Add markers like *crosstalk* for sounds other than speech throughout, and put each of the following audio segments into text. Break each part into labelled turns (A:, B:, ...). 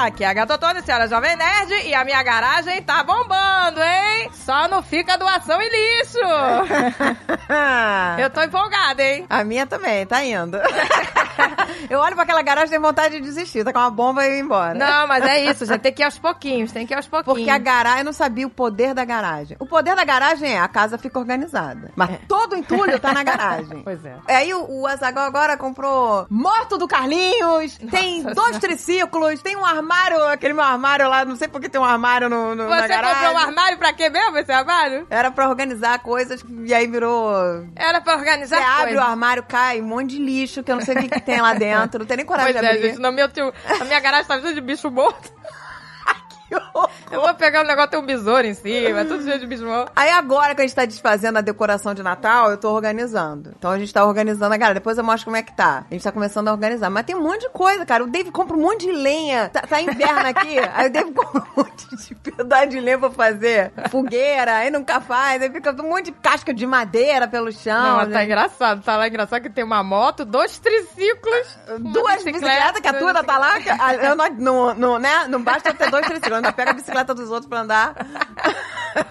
A: Aqui é a Gatotone, senhora Jovem Nerd, e a minha garagem tá bombando, hein? Só não fica doação e lixo.
B: *laughs*
A: *laughs* eu tô empolgada, hein?
B: A minha também, tá indo. *laughs* eu olho pra aquela garagem e tenho vontade de desistir, tá com uma bomba e ir embora.
A: Não, mas é isso, gente. Tem que ir aos pouquinhos, tem que ir aos pouquinhos.
B: Porque a garagem, eu não sabia o poder da garagem. O poder da garagem é a casa fica organizada. Mas todo o entulho tá na garagem.
A: É. *laughs* Pois é.
B: Aí o, o Azagal agora comprou moto do Carlinhos, tem dois triciclos, tem um armário, aquele meu armário lá, não sei por que tem um armário no, no na
A: Você
B: garagem.
A: comprou um armário pra quê mesmo, esse armário?
B: Era pra organizar coisas e aí virou
A: Era pra organizar
B: Você abre
A: coisa.
B: o armário, cai um monte de lixo que eu não sei o que, que tem lá dentro. Não tem nem coragem
A: Pois
B: de
A: é,
B: abrir.
A: gente, no meu tio, a minha garagem tá cheia de bicho morto.
B: Que horror.
A: Eu vou pegar um negócio, tem um besouro em cima, tudo cheio de bicho morto.
B: *laughs* Aí agora que a gente tá desfazendo a decoração de Natal, eu tô organizando. Então a gente tá organizando a galera. Depois eu mostro como é que tá. A gente tá começando a organizar. Mas tem um monte de coisa, cara. O Dave compra um monte de lenha. Tá, tá inverno
A: *laughs*
B: aqui. aí o Dave compra um monte de pedaço de lenha pra fazer. Fogueira, aí nunca faz. Aí fica um monte de casca de madeira pelo
A: Não,
B: chão.
A: mas tá engraçado. Tá lá engraçado que tem uma moto, dois triciclos, uma
B: Ah,
A: assim.
B: Duas bicicletas, que a tua ainda tá lá. que a- Eu não, não, não, né? não basta eu ter dois triciclos, ainda pega a bicicleta dos outros pra andar. É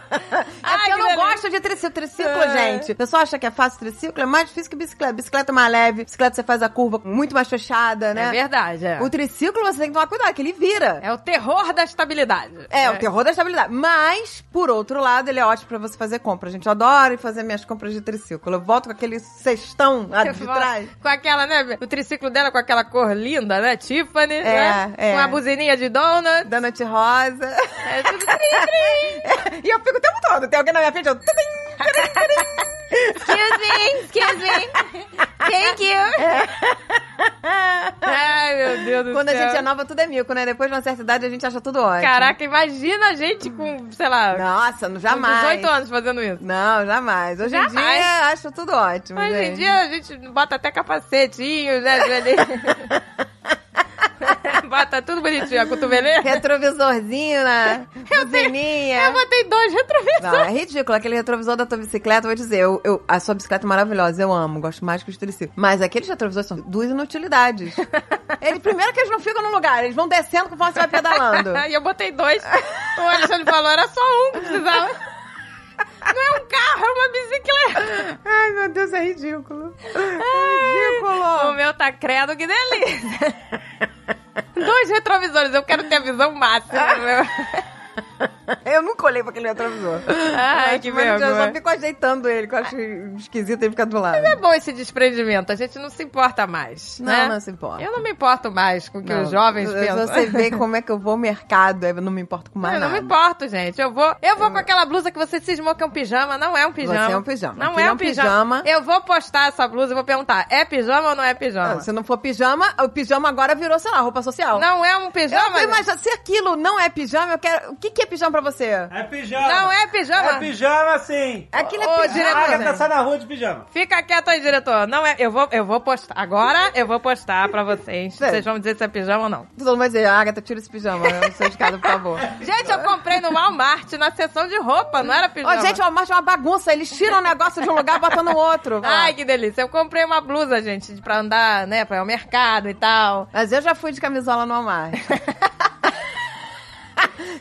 A: Ai,
B: porque eu
A: que
B: não
A: delícia.
B: gosto de triciclo, triciclo
A: É.
B: gente. O pessoal acha que é fácil triciclo, é mais difícil que bicicleta. Bicicleta é mais leve, bicicleta você faz a curva muito mais fechada,
A: É
B: né?
A: verdade, é.
B: o triciclo você tem que tomar cuidado, que ele vira.
A: É o terror da estabilidade.
B: É, o terror da estabilidade. Mas, por outro lado, ele é ótimo pra você fazer compra. Gente, eu adoro fazer minhas compras de triciclo. Eu volto com aquele cestão lá de trás.
A: Com aquela, né? O triciclo dela com aquela cor linda, né? Tiffany, né?
B: é.
A: Com a buzininha de donut.
B: Donut rosa.
A: É tudo trim, trim.
B: *laughs* e eu fico o tempo todo. Tem alguém na minha frente, eu... tudim.
A: Excuse me, excuse me. Thank
B: *laughs*
A: you. Ai, meu Deus do
B: Quando a
A: céu.
B: gente é nova, tudo é mico, né? Depois de uma certa idade, a gente acha tudo ótimo.
A: Caraca, imagina a gente com, sei lá,
B: Nossa, não,
A: com
B: jamais.
A: 18 anos fazendo isso.
B: Não, jamais. Hoje em
A: Jamais.
B: dia, acho tudo ótimo,
A: Hoje em
B: gente.
A: dia a gente bota até capacetinho, né,
B: *laughs*
A: joelhinho. Bota tudo bonitinho, a cotoveleira.
B: Retrovisorzinho na
A: *laughs* Ah, Eu
B: buzininha.
A: botei dois retrovisores.
B: Não, é ridículo. Aquele retrovisor da tua bicicleta, eu vou dizer, eu, eu- a sua bicicleta é maravilhosa, eu amo, gosto mais que os triciclos. Mas aqueles retrovisores são
A: *laughs*
B: duas inutilidades. Eles, primeiro que eles não ficam no lugar, eles vão descendo conforme você vai
A: *laughs*
B: pedalando.
A: Ah, E eu botei dois. O Alexandre falou, era só um que precisava. Não é um carro, é uma bicicleta.
B: Ai, meu Deus, é ridículo. É
A: O
B: ridículo.
A: meu tá credo, que delícia. Dois retrovisores, eu quero ter a visão máxima.
B: Ah.
A: do meu.
B: *laughs* Eu nunca olhei pra aquele retrovisor.
A: Ai,
B: Mas,
A: que
B: mas Eu só
A: vergonha.
B: fico ajeitando ele, que eu acho esquisito ele ficar do lado.
A: É bom esse desprendimento, a gente não se importa mais,
B: Não,
A: né?
B: não se importa.
A: Eu não me importo mais com o que
B: Não,
A: os jovens
B: se
A: pensam.
B: Você vê como é que eu vou ao mercado, eu não me importo com mais
A: Eu não
B: nada.
A: me importo, gente. Eu vou, eu vou com aquela blusa que você cismou que é um pijama. Não é um pijama.
B: Você é um pijama.
A: Não
B: Aquilo
A: é um pijama. Eu vou postar essa blusa e vou perguntar: é pijama ou não é pijama?
B: Ah, se não for pijama, o pijama agora virou, sei lá, roupa social.
A: Não, é um
B: eu
A: pijama.
B: tô imaginando, se aquilo não é pijama, eu quero. O que, que é pijama pra você?
C: É pijama.
A: não é pijama.
C: É pijama, sim.
B: Aquilo
A: Ô,
B: é
C: A
A: diretor,
B: pijama.
A: velho.
C: Agatha sai na rua de pijama.
A: Fica quieto aí, diretor. Não é. Eu vou, eu vou postar. Agora eu vou postar pra vocês.
B: Sério.
A: Vocês vão dizer se é pijama ou não.
B: Todo mundo vai dizer, "Ah, Agatha, tira esse pijama, eu não sei de casa,
A: *laughs*
B: por favor.
A: Gente, eu comprei no Walmart na seção de roupa, não era
B: Ó,
A: pijama.
B: gente, o Walmart é uma bagunça. Eles tiram um negócio de um lugar e botam no outro. vai lá.
A: Ai, que delícia. Eu comprei uma blusa, gente, pra andar, né, pra ir ao mercado e tal.
B: Mas eu já fui de camisola no Walmart. *laughs*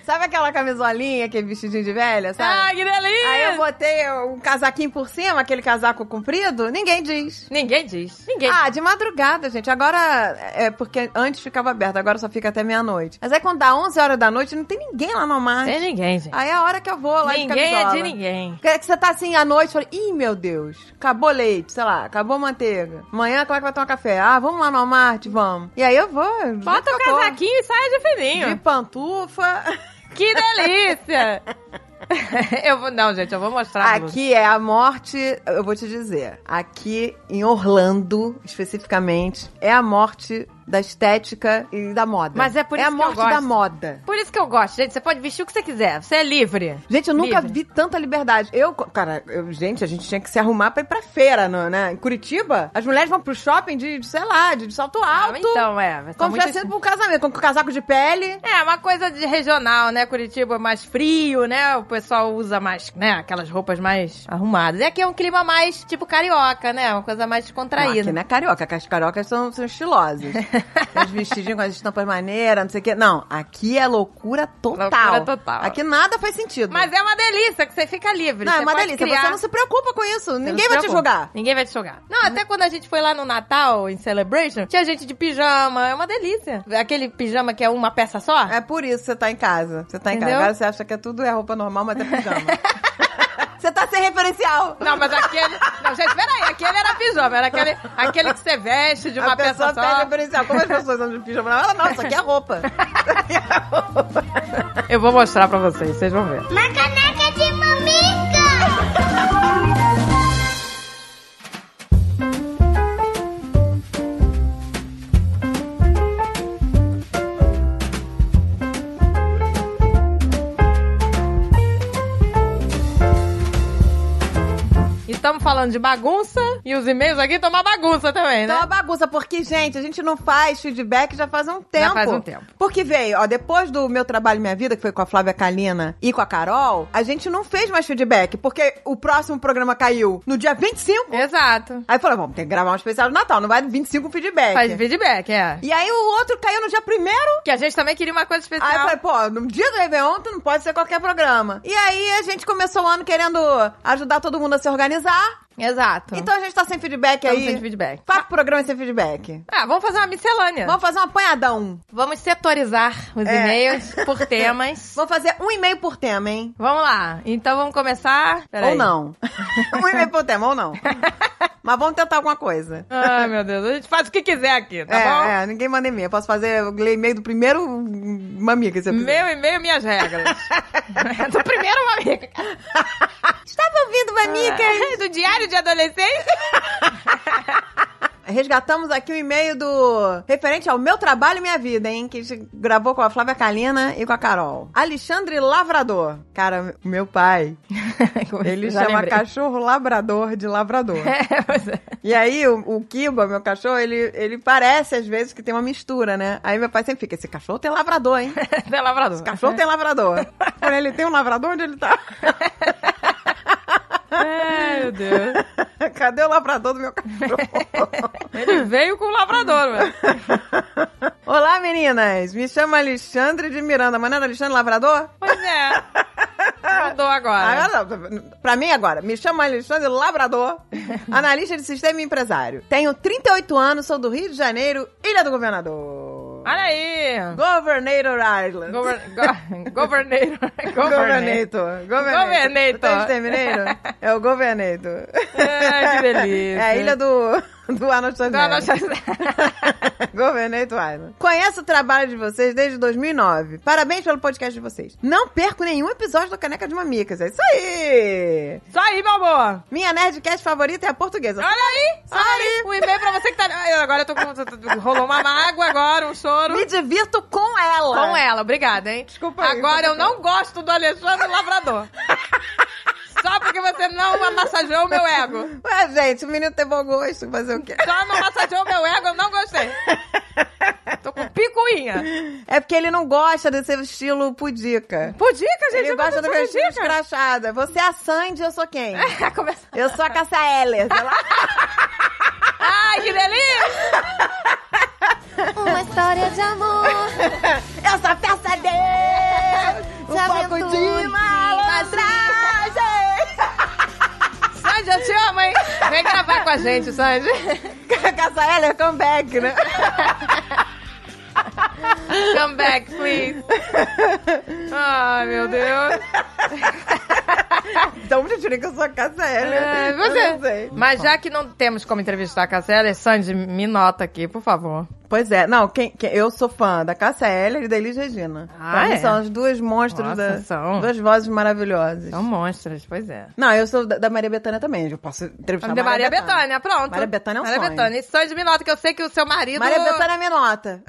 B: sabe aquela camisolinha, aquele vestidinho de velha, sabe?
A: Ai, que delícia.
B: Aí eu botei um casaquinho por cima, aquele casaco comprido, ninguém diz.
A: Ninguém diz. Ninguém
B: Ah, de madrugada, gente. Agora, é porque antes ficava aberto, agora só fica até meia-noite. Mas aí quando dá 11 horas da noite, não tem ninguém lá no mar.
A: Sem ninguém, gente.
B: Aí é a hora que eu vou lá de
A: ninguém é
B: camisola.
A: de ninguém.
B: Que é que você tá assim à noite, fala, ih, meu Deus, acabou leite, sei lá, acabou manteiga. Amanhã, como é que vai tomar café? Ah, vamos lá no Walmart, vamos. E aí eu vou.
A: Bota o
B: acabou.
A: casaquinho e saia de
B: De
A: fininho. *laughs*
B: pantufa.
A: Que delícia! *laughs* eu vou. Não, gente, eu vou mostrar. a blusa.
B: Aqui é a morte, eu vou te dizer. Aqui em Orlando, especificamente, é a morte da estética e da moda.
A: Mas é por
B: É
A: isso
B: a
A: que
B: morte
A: eu gosto.
B: da moda.
A: Por isso que eu gosto, gente. Você pode vestir o que você quiser. Você é livre.
B: Gente, eu nunca
A: Livre.
B: vi tanta liberdade. Eu, co- cara, eu- gente, a gente tinha que se arrumar pra ir pra feira, no- né? Em Curitiba, as mulheres vão pro shopping de, de, sei lá, de, de salto
A: Ah,
B: alto.
A: então, é. são
B: como se
A: muitas-
B: tivesse ido pra um casamento, com casaco de pele.
A: É, uma coisa de regional, né? Curitiba é mais frio, né? O pessoal usa mais, né? Aquelas roupas mais arrumadas. E aqui é um clima mais tipo carioca, né? Uma coisa mais
B: Não,
A: descontraída.
B: né?
A: *laughs*
B: Aqui não é carioca, que as cariocas são, são estilosas. Tem Os vestidinhos com as estampas maneiras, não sei o quê. Não, aqui é loucura total.
A: Loucura total.
B: Aqui nada faz sentido.
A: Mas é uma delícia que você fica livre.
B: não, é
A: você
B: uma
A: pode
B: delícia.
A: criar-
B: Você não se preocupa com isso.
A: Você não
B: Ninguém vai
A: se
B: te
A: preocupa.
B: julgar.
A: Ninguém vai te julgar. Não, até quando a gente foi lá no Natal, em Celebration, tinha gente de pijama. É uma delícia. Aquele pijama que é uma peça só.
B: É por isso que você tá em casa. Você tá em
A: Entendeu?
B: casa. Agora você acha que é tudo é roupa normal, mas é pijama.
A: *laughs*
B: você tá sem referencial.
A: Não, mas aquele. Não, gente, peraí, aquele era pijama, era aquele, aquele que você veste de uma
B: a pessoa
A: peça
B: pede
A: só.
B: referencial. Como as pessoas andam de pijama? Ela, não, isso aqui
A: *laughs*
B: é roupa. é
A: Eu vou mostrar pra vocês, vocês vão ver.
D: Uma caneca de mamica!
A: E estamos falando de bagunça, e os e-mails aqui estão uma bagunça também,
B: Então é
A: né?
B: uma bagunça, porque, gente, a gente não faz feedback já faz um tempo.
A: faz um tempo.
B: Porque veio, ó, depois do meu trabalho e Minha Vida, que foi com a Flávia Kalina e com a Carol, a gente não fez mais feedback, porque o próximo programa caiu no dia 25.
A: Exato.
B: Aí falou, vamos, tem que gravar um especial de Natal, não vai no 25 feedback.
A: Faz feedback, é.
B: E aí o outro caiu no dia primeiro.
A: Que a gente também queria uma coisa
B: Aí eu
A: especial.
B: falei, pô, no dia do Réveillon tu não pode ser qualquer programa. E aí a gente começou o ano querendo ajudar todo mundo a se organizar.
A: Exato.
B: Então a gente tá sem feedback
A: Estamos
B: aí.
A: sem feedback.
B: Papo programa sem feedback.
A: Ah, vamos fazer uma miscelânea.
B: Vamos fazer um apanhadão.
A: Vamos setorizar os
B: É.
A: e-mails por
B: *laughs*
A: temas.
B: Vamos fazer um e-mail por tema, hein?
A: Vamos lá. Então vamos começar. Peraí.
B: Ou não. *laughs* um e-mail por
A: *laughs*
B: tema, ou não. Mas vamos tentar alguma coisa.
A: Ai, meu Deus. A gente faz o que quiser aqui, tá
B: é,
A: bom?
B: é, ninguém manda e-mail. Eu posso fazer, eu leio e-mail do primeiro mamica. Se eu quiser.
A: Meu e-mail, minhas regras.
B: *laughs*
A: do primeiro, uma amiga.
B: Estava ouvindo, mamica?
A: Do diário de adolescente?
B: *laughs* É. Resgatamos aqui o e-mail do referente ao meu trabalho e minha vida, hein? Que a gente gravou com a Flávia Kalina e com a Carol. Alexandre Lavrador. Cara, o meu pai, ele
A: Já
B: chama
A: lembrei.
B: cachorro labrador de labrador.
A: *laughs* É, pois é.
B: E aí, o, o Kiba, meu cachorro, ele, ele parece às vezes que tem uma mistura, né? Aí meu pai sempre fica, esse cachorro tem lavrador, hein?
A: Da é lavrador.
B: Esse cachorro tem lavrador. Quando ele tem um lavrador, onde ele tá? *laughs*
A: Ai, meu Deus.
B: Cadê o lavrador do meu cachorro?
A: Ele veio com o lavrador, velho.
B: Olá, meninas! Me chamo Alexandre de Miranda. Mas não era Alexandre Lavrador?
A: Pois é. Mudou agora.
B: Agora, não. pra mim agora, me chamo Alexandre Labrador, analista de sistema e empresário. Tenho 38 anos, sou do Rio de Janeiro, Ilha do Governador.
A: Olha aí.
B: Governator Island.
A: Govern... Go... Governator.
B: Governator.
A: Governator.
B: Governator. Tem mineiro? É o Governator.
A: Ai, que delícia.
B: É a ilha do, do Arnold
A: Não, não,
B: Schwarzenegger. *laughs* Governator Island. Conheço o trabalho de vocês desde 2009. Parabéns pelo podcast de vocês. Não perco nenhum episódio do Caneca de Mamicas. É isso aí!
A: Só aí, meu amor.
B: Minha nerdcast favorita é a portuguesa.
A: Olha aí. Só aí. O e-mail pra você que tá... Ai, Agora eu tô com... Rolou uma mágoa agora, um choro.
B: Me divirto com ela.
A: Com ela, obrigada, hein?
B: Desculpa aí,
A: Agora eu
B: desculpa.
A: não gosto do Alexandre
B: *laughs*
A: Lavrador. Só porque você não massageou o meu ego.
B: Ué, gente, o menino tem bom gosto, fazer o quê?
A: Só não massageou o meu ego, eu não gostei. Tô com picuinha.
B: É porque ele não gosta desse estilo pudica.
A: Pudica, gente.
B: Ele
A: eu não
B: gosta do
A: sou
B: meu estilo
A: pudica.
B: escrachada. Você é a Sandy, eu sou quem?
A: *laughs* Começa-
B: Eu sou a Cassia Heller. sei lá.
A: Ai, que delícia!
D: Uma história de amor,
B: Eu sou a peça dele! Um
D: Já
B: pouco
D: aventura,
B: de
D: sim,
B: malandragem!
A: Sandy, eu te amo, hein? Vem gravar com a gente, Sandy.
B: Cassia Heller, come back, né?
A: Come back, please. Ai, meu Deus.
B: Então, onde eu tirei que eu sou a Cassia Heller?
A: É,
B: Eu não
A: você.
B: sei.
A: Mas já que não temos como entrevistar a Cassela, Sandy, me nota aqui, por favor.
B: Pois é, não, quem, quem- eu sou fã da Cássia Heller e da Elis Regina.
A: Ah,
B: Pra mim
A: é?
B: São as duas monstros
A: Nossa,
B: da.
A: são.
B: Duas vozes maravilhosas.
A: São monstros, pois é.
B: Não, eu sou da, da Maria Bethânia também. Eu posso entrevistar
A: Maria, Maria Bethânia, pronto.
B: Tá, Maria Bethânia é um
A: Maria
B: sonho.
A: Bethânia. E Sandy me nota que eu sei que o seu marido...
B: Maria Bethânia me nota.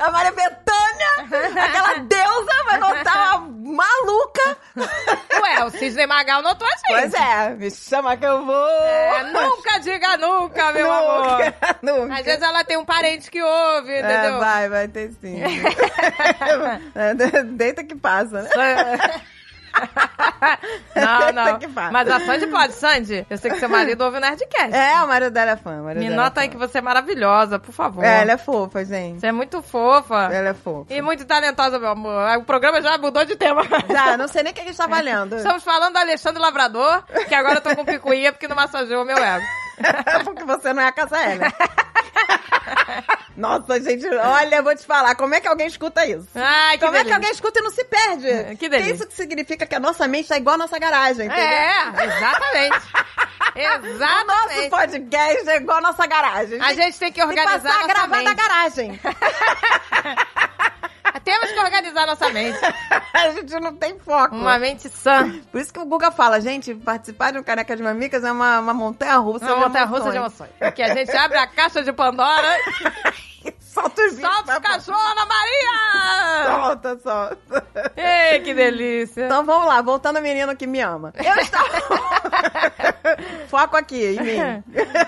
B: a Maria Bethânia, aquela deusa, vai notar uma maluca.
A: *laughs* Ué, o Cisne Magal notou a gente.
B: *laughs* Pois é, me chama que eu vou.
A: É, nunca diga nunca, meu amor.
B: Nunca, nunca.
A: Às vezes ela tem um parente que ouve,
B: É,
A: entendeu?
B: *laughs* vai, vai ter sim. É, Deita que passa, né?
A: *laughs* Não, não.
B: Que pá.
A: Mas a Sandy pode, Sandy. Eu sei que seu marido ouve o Nerdcast.
B: É, o marido dela é fã. o marido
A: Me
B: dela
A: nota
B: é
A: aí que você é maravilhosa, por favor.
B: É, ela é fofa, gente.
A: Você é muito fofa.
B: Ela é fofa.
A: E muito talentosa, meu amor. O programa já mudou de
B: *laughs*
A: tema.
B: Já, não sei nem o que a
A: *laughs*
B: gente tá valendo.
A: Estamos falando do Alexandre Lavrador, que agora eu tô com picuinha porque não massageou meu ego.
B: *laughs* Porque você não é a casa Ellen. *laughs* Nossa, gente, olha, eu vou te falar, como é que alguém escuta isso?
A: Ai, que
B: Como é que
A: delícia. É,
B: alguém escuta e não se perde?
A: que delícia.
B: isso que significa que a nossa mente tá igual a nossa garagem, entendeu?
A: É, exatamente.
B: O nosso
A: Exatamente.
B: podcast é igual a nossa garagem.
A: A gente tem que
B: tem que
A: organizar
B: passar
A: a nossa
B: gravando a
A: mente.
B: garagem.
A: Temos que organizar a nossa mente.
B: *laughs* a gente não tem foco.
A: Uma mente sã.
B: Por isso que o Guga fala, gente, participar de um Caneca de Mamicas é uma, uma montanha russa
A: Uma
B: de
A: montanha russa de emoções. Porque a gente abre a caixa de Pandora e
B: *laughs* Solta os bichos,
A: solta
B: vai
A: o
B: pra-
A: cachorro, Ana Maria!
B: Solta, solta.
A: Ei, que delícia!
B: Então vamos lá, voltando ao menino que me ama. Eu estava.
A: *laughs*
B: Foco aqui em mim.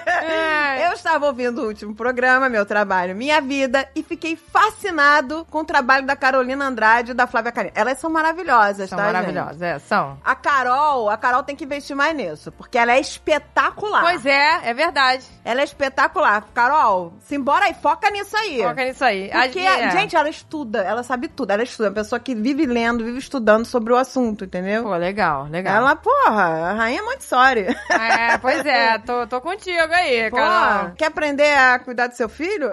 A: Ai.
B: Eu estava ouvindo o último programa, meu trabalho, minha vida, e fiquei fascinado com o trabalho da Carolina Andrade e da Flávia Carina. Elas são maravilhosas,
A: São
B: tá? gente?
A: maravilhosas, é, são.
B: A Carol, a Carol tem que investir mais nisso, porque ela é espetacular.
A: Pois é, é verdade.
B: Ela é espetacular. Carol, simbora aí, foca nisso aí.
A: Foca nisso aí. A
B: Porque,
A: gente- é.
B: gente, ela estuda, ela sabe tudo. Ela estuda, é uma pessoa que vive lendo, vive estudando sobre o assunto, entendeu?
A: Pô, legal, legal.
B: Ela, porra, a rainha Montessori.
A: É, pois é,
B: *laughs*
A: tô, tô contigo aí,
B: Porra,
A: Carol.
B: quer aprender a cuidar do
A: *laughs*
B: seu filho?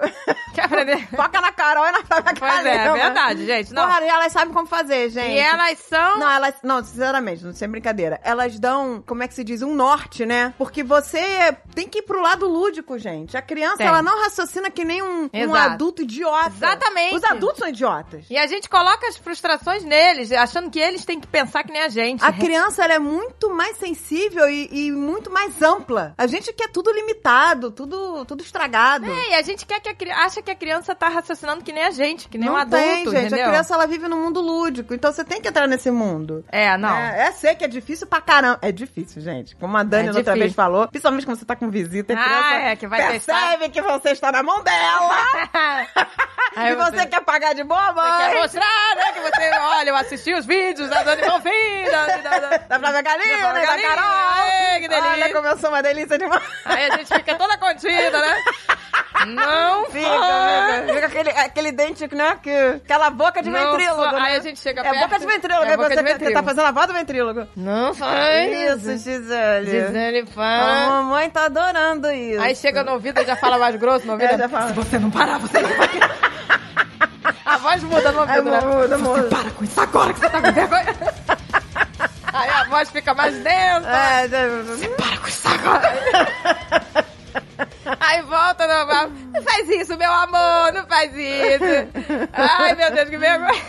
A: Quer aprender?
B: Foca na Carol e na Flávia
A: Pois é, é
B: Kalema.
A: verdade, gente. Não.
B: Porra, e elas sabem como fazer, gente.
A: E elas são.
B: Não, elas. Não, sinceramente, não sem brincadeira. Elas dão, como é que se diz, um norte, né? Porque você tem que ir pro lado lúdico, gente. A criança,
A: Tem.
B: ela não raciocina que nem um, um
A: Exato.
B: adulto idiota.
A: Exatamente.
B: Os adultos são idiotas.
A: E a gente coloca as frustrações neles, achando que eles têm que pensar que nem a gente.
B: A criança ela é muito mais sensível e, e muito mais ampla. A gente quer tudo limitado, tudo, tudo estragado.
A: É, e a gente quer que a, cri- acha que a criança tá raciocinando que nem a gente, que nem
B: não
A: um adulto,
B: tem, gente.
A: entendeu?
B: A criança ela vive num mundo lúdico, então você tem que entrar nesse mundo.
A: É, não.
B: É, eu sei que é difícil pra caramba. É difícil, gente. Como a Dani
A: É
B: outra
A: difícil.
B: vez falou, principalmente quando você tá com visita, a
A: Ah,
B: criança
A: é, que vai
B: percebe que você está na mão *laughs* dela
A: Aí
B: e você quer pagar de boba.
A: você *laughs* quer mostrar, né? Que você, olha, eu assisti os vídeos da Dani Bonfim, da, da, da-
B: Da Flávia Galina,
A: Da Flávia
B: né, da,
A: Galina,
B: Carol.
A: é, que delícia.
B: Olha como eu sou uma delícia de
A: Aí a gente fica toda contida, né? Não
B: Fica, né,
A: vai.
B: fica, fica aquele, aquele dente, né? Que, aquela boca de
A: Não
B: ventrílogo.
A: fa-
B: né?
A: Aí a gente chega
B: É
A: perto.
B: boca de ventrílogo,
A: É boca
B: é você
A: de
B: que tá
A: ventrílogo.
B: fazendo a voz do ventrílogo.
A: Não faz.
B: Isso, Gisele.
A: Gisele
B: A
A: faz.
B: mamãe tá adorando isso.
A: Aí chega no ouvido e já fala mais grosso no ouvido.
B: É, já fala.
A: Se você não parar, você não vai. A voz muda no
B: Ai,
A: ouvido, né?
B: muda, muda.
A: Para com isso agora que você tá com vergonha. Aí a voz fica mais densa.
B: É, já-
A: Para com isso agora. Aí volta normal. Não faz isso, meu amor. Não faz isso. Ai, meu Deus, que vergonha.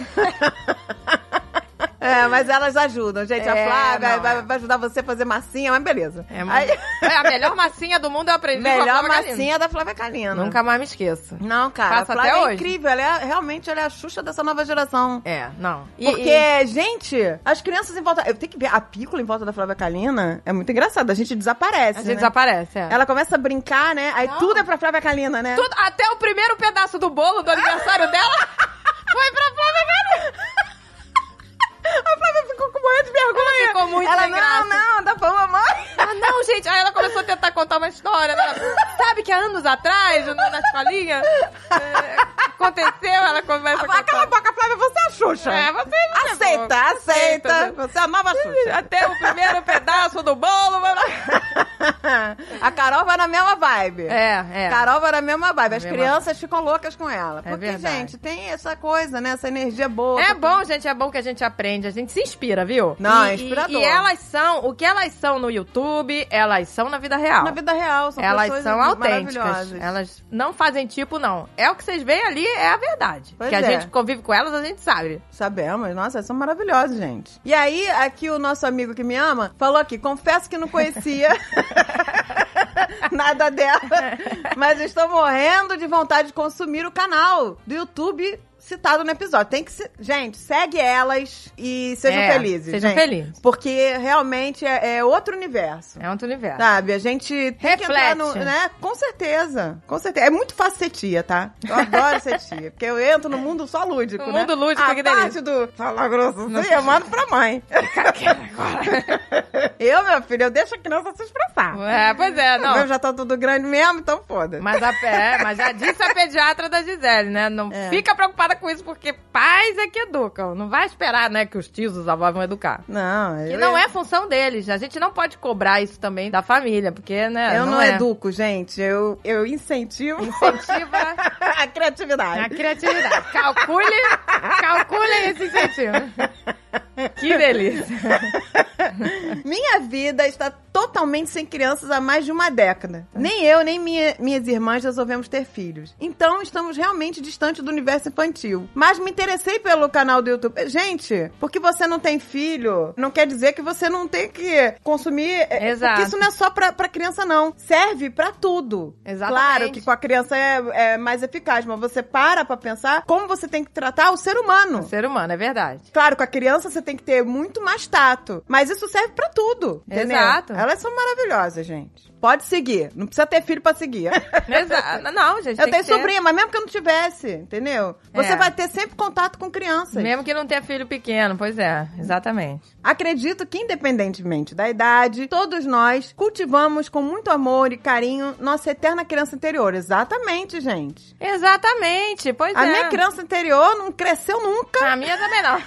B: É, mas elas ajudam, gente. a
A: É,
B: Flávia
A: não, é.
B: vai, vai ajudar você a fazer massinha, mas beleza.
A: É,
B: Aí-
A: a melhor massinha do mundo eu aprendi com a
B: melhor
A: Flávia Galindo.
B: massinha é da Flávia Kalina.
A: Nunca mais me esqueço.
B: Não, cara.
A: Faço
B: a Flávia
A: até
B: é
A: hoje.
B: incrível. Ela é, realmente ela é a Xuxa dessa nova geração.
A: É, não. E-
B: Porque,
A: e-
B: gente, as crianças em volta. Eu tenho que ver a pícola em volta da Flávia Kalina. É muito engraçado. A gente desaparece.
A: a gente
B: né?
A: desaparece, é.
B: Ela começa a brincar, né? Aí
A: Não.
B: tudo é pra Flávia Kalina, né?
A: Tudo- até o primeiro pedaço do bolo do aniversário dela
B: *laughs*
A: foi pra Flávia Galindo.
B: A Flávia ficou com morrer de vergonha.
A: Ela ficou muito
B: Ela,
A: sem
B: não,
A: graça.
B: não, dá pra mamãe.
A: Ah, não, gente. Aí ela começou a tentar contar uma história. né? Ela, Sabe que há anos atrás, na na escolinha, é, aconteceu, ela começa a
B: Cala a
A: contar.
B: boca, Flávia, você é a Xuxa.
A: É, você não é
B: aceita,
A: boa.
B: aceita,
A: Aceita.
B: Você é a nova Xuxa.
A: Até o primeiro pedaço do bolo. mas-
B: a Carol vai na mesma vibe.
A: É, é.
B: Carol vai na mesma vibe. As
A: Mesma-
B: crianças ficam loucas com ela.
A: É
B: Porque,
A: verdade.
B: gente, tem essa coisa, né? Essa energia boa.
A: É bom, gente, é bom que a gente aprende, a gente se inspira, viu?
B: Não,
A: E-
B: é inspirador.
A: E, e elas são, o que elas são no YouTube, elas são na vida real.
B: Na vida real, são
A: elas
B: pessoas assim,
A: são autênticas.
B: maravilhosas.
A: Elas não fazem tipo, não. É o que vocês veem ali, é a verdade.
B: Pois
A: que a
B: é.
A: gente convive com elas, a gente sabe.
B: Sabemos, nossa, são maravilhosas, gente. E aí, aqui o nosso amigo que me ama falou aqui: confesso que não conhecia *laughs* nada dela, mas estou morrendo de vontade de consumir o canal do YouTube citado no episódio. Tem que se... Gente, segue elas e sejam
A: É,
B: felizes.
A: sejam
B: gente.
A: felizes.
B: Porque realmente é, é outro universo.
A: É outro universo.
B: Sabe, a gente tem que entrar no,
A: Reflete.
B: né? Com certeza. Com certeza. É muito fácil ser tia, tá? Eu adoro ser tia, porque eu entro no mundo só lúdico,
A: No
B: né?
A: mundo lúdico,
B: a
A: que
B: parte
A: delícia.
B: do falar grosso, sim, eu mando pra
A: *laughs*
B: mãe. eu, meu filho, eu deixo a criança se expressar.
A: É, pois é, não.
B: Eu já tá tudo grande mesmo, então foda.
A: Mas, a, é, mas já disse a pediatra da Gisele, né? Não
B: É.
A: fica preocupada com isso, porque pais é que educam. Não vai esperar, né, que os tios, os avós vão educar.
B: Não,
A: Que
B: eu-
A: não é função deles. A gente não pode cobrar isso também da família, porque, né?
B: Eu não,
A: é.
B: educo, gente. Eu, eu incentivo
A: Incentiva
B: *laughs* a criatividade.
A: a criatividade. Calcule, calcule esse incentivo.
B: *laughs*
A: Que delícia.
B: Minha vida está totalmente sem crianças há mais de uma década. Nem eu, nem minha- minhas irmãs resolvemos ter filhos. Então estamos realmente distante do universo infantil. Mas me interessei pelo canal do YouTube. Gente, porque você não tem filho, não quer dizer que você não tem que consumir. é,
A: Exato.
B: Porque isso não é só pra, pra criança, não. Serve pra tudo.
A: Exatamente.
B: Claro que com a criança é, é mais eficaz, mas você para pra pensar como você tem que tratar o ser humano.
A: Ser humano, é verdade. *laughs*
B: Claro, com a criança você tem que ter muito mais tato. Mas isso serve pra tudo. Entendeu?
A: Exato.
B: Elas são maravilhosas, gente. Pode seguir. Não precisa ter filho pra seguir.
A: Exa- Não, gente. tem
B: eu
A: que
B: tenho
A: ter.
B: sobrinha, mas mesmo que eu não tivesse, entendeu?
A: É.
B: Você vai ter sempre contato com crianças.
A: Mesmo que não tenha filho pequeno, pois é, exatamente.
B: Acredito que, independentemente da idade, todos nós cultivamos com muito amor e carinho nossa eterna criança interior. Exatamente, gente.
A: Exatamente, pois
B: A
A: é.
B: minha criança interior não cresceu nunca.
A: A minha também *laughs* não.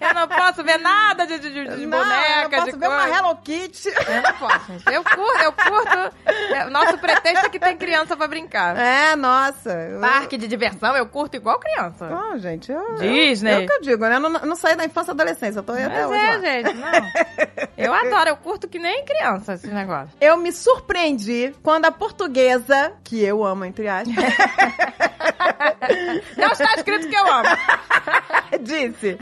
A: Eu não posso ver nada de, de, de de
B: não,
A: boneca,
B: eu não posso
A: de
B: ver uma
A: coisa.
B: Hello Kitty.
A: Eu não posso, gente. Eu curto, eu curto. É, O nosso pretexto é que tem criança pra brincar.
B: É, nossa. Eu-
A: Parque de diversão, eu curto igual criança.
B: Não, Ah, gente, eu.
A: Disney.
B: É o que eu digo, né? Eu não, não saí da infância e adolescência, eu tô aí até
A: Mas
B: hoje. lá.
A: é, gente, não. Eu adoro, eu curto que nem criança esse negócio.
B: Eu me surpreendi quando a portuguesa, que eu amo, entre aspas, *laughs*
A: Não está escrito que eu amo.
B: disse.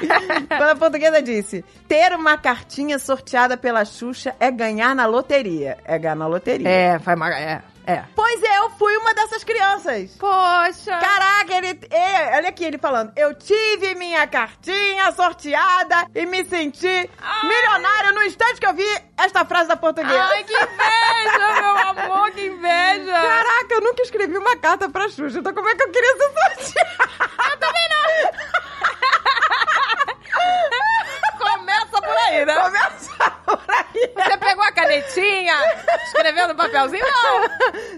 B: Quando a portuguesa disse: ter uma cartinha sorteada pela Xuxa é ganhar na loteria. É ganhar na loteria.
A: É, foi uma. É, é.
B: Pois eu fui uma dessas crianças.
A: Poxa.
B: Caraca, ele, ele- Olha aqui ele falando. Eu tive minha cartinha sorteada e me senti milionário no instante que eu vi esta frase da portuguesa.
A: Ai, que inveja, meu amor, que inveja.
B: Caraca, eu nunca escrevi uma carta pra Xuxa, então como é que eu queria ser sorteada? Eu também
A: Começa por aí, né?
B: Começa por aí.
A: Você pegou a canetinha, escreveu no papelzinho? Não.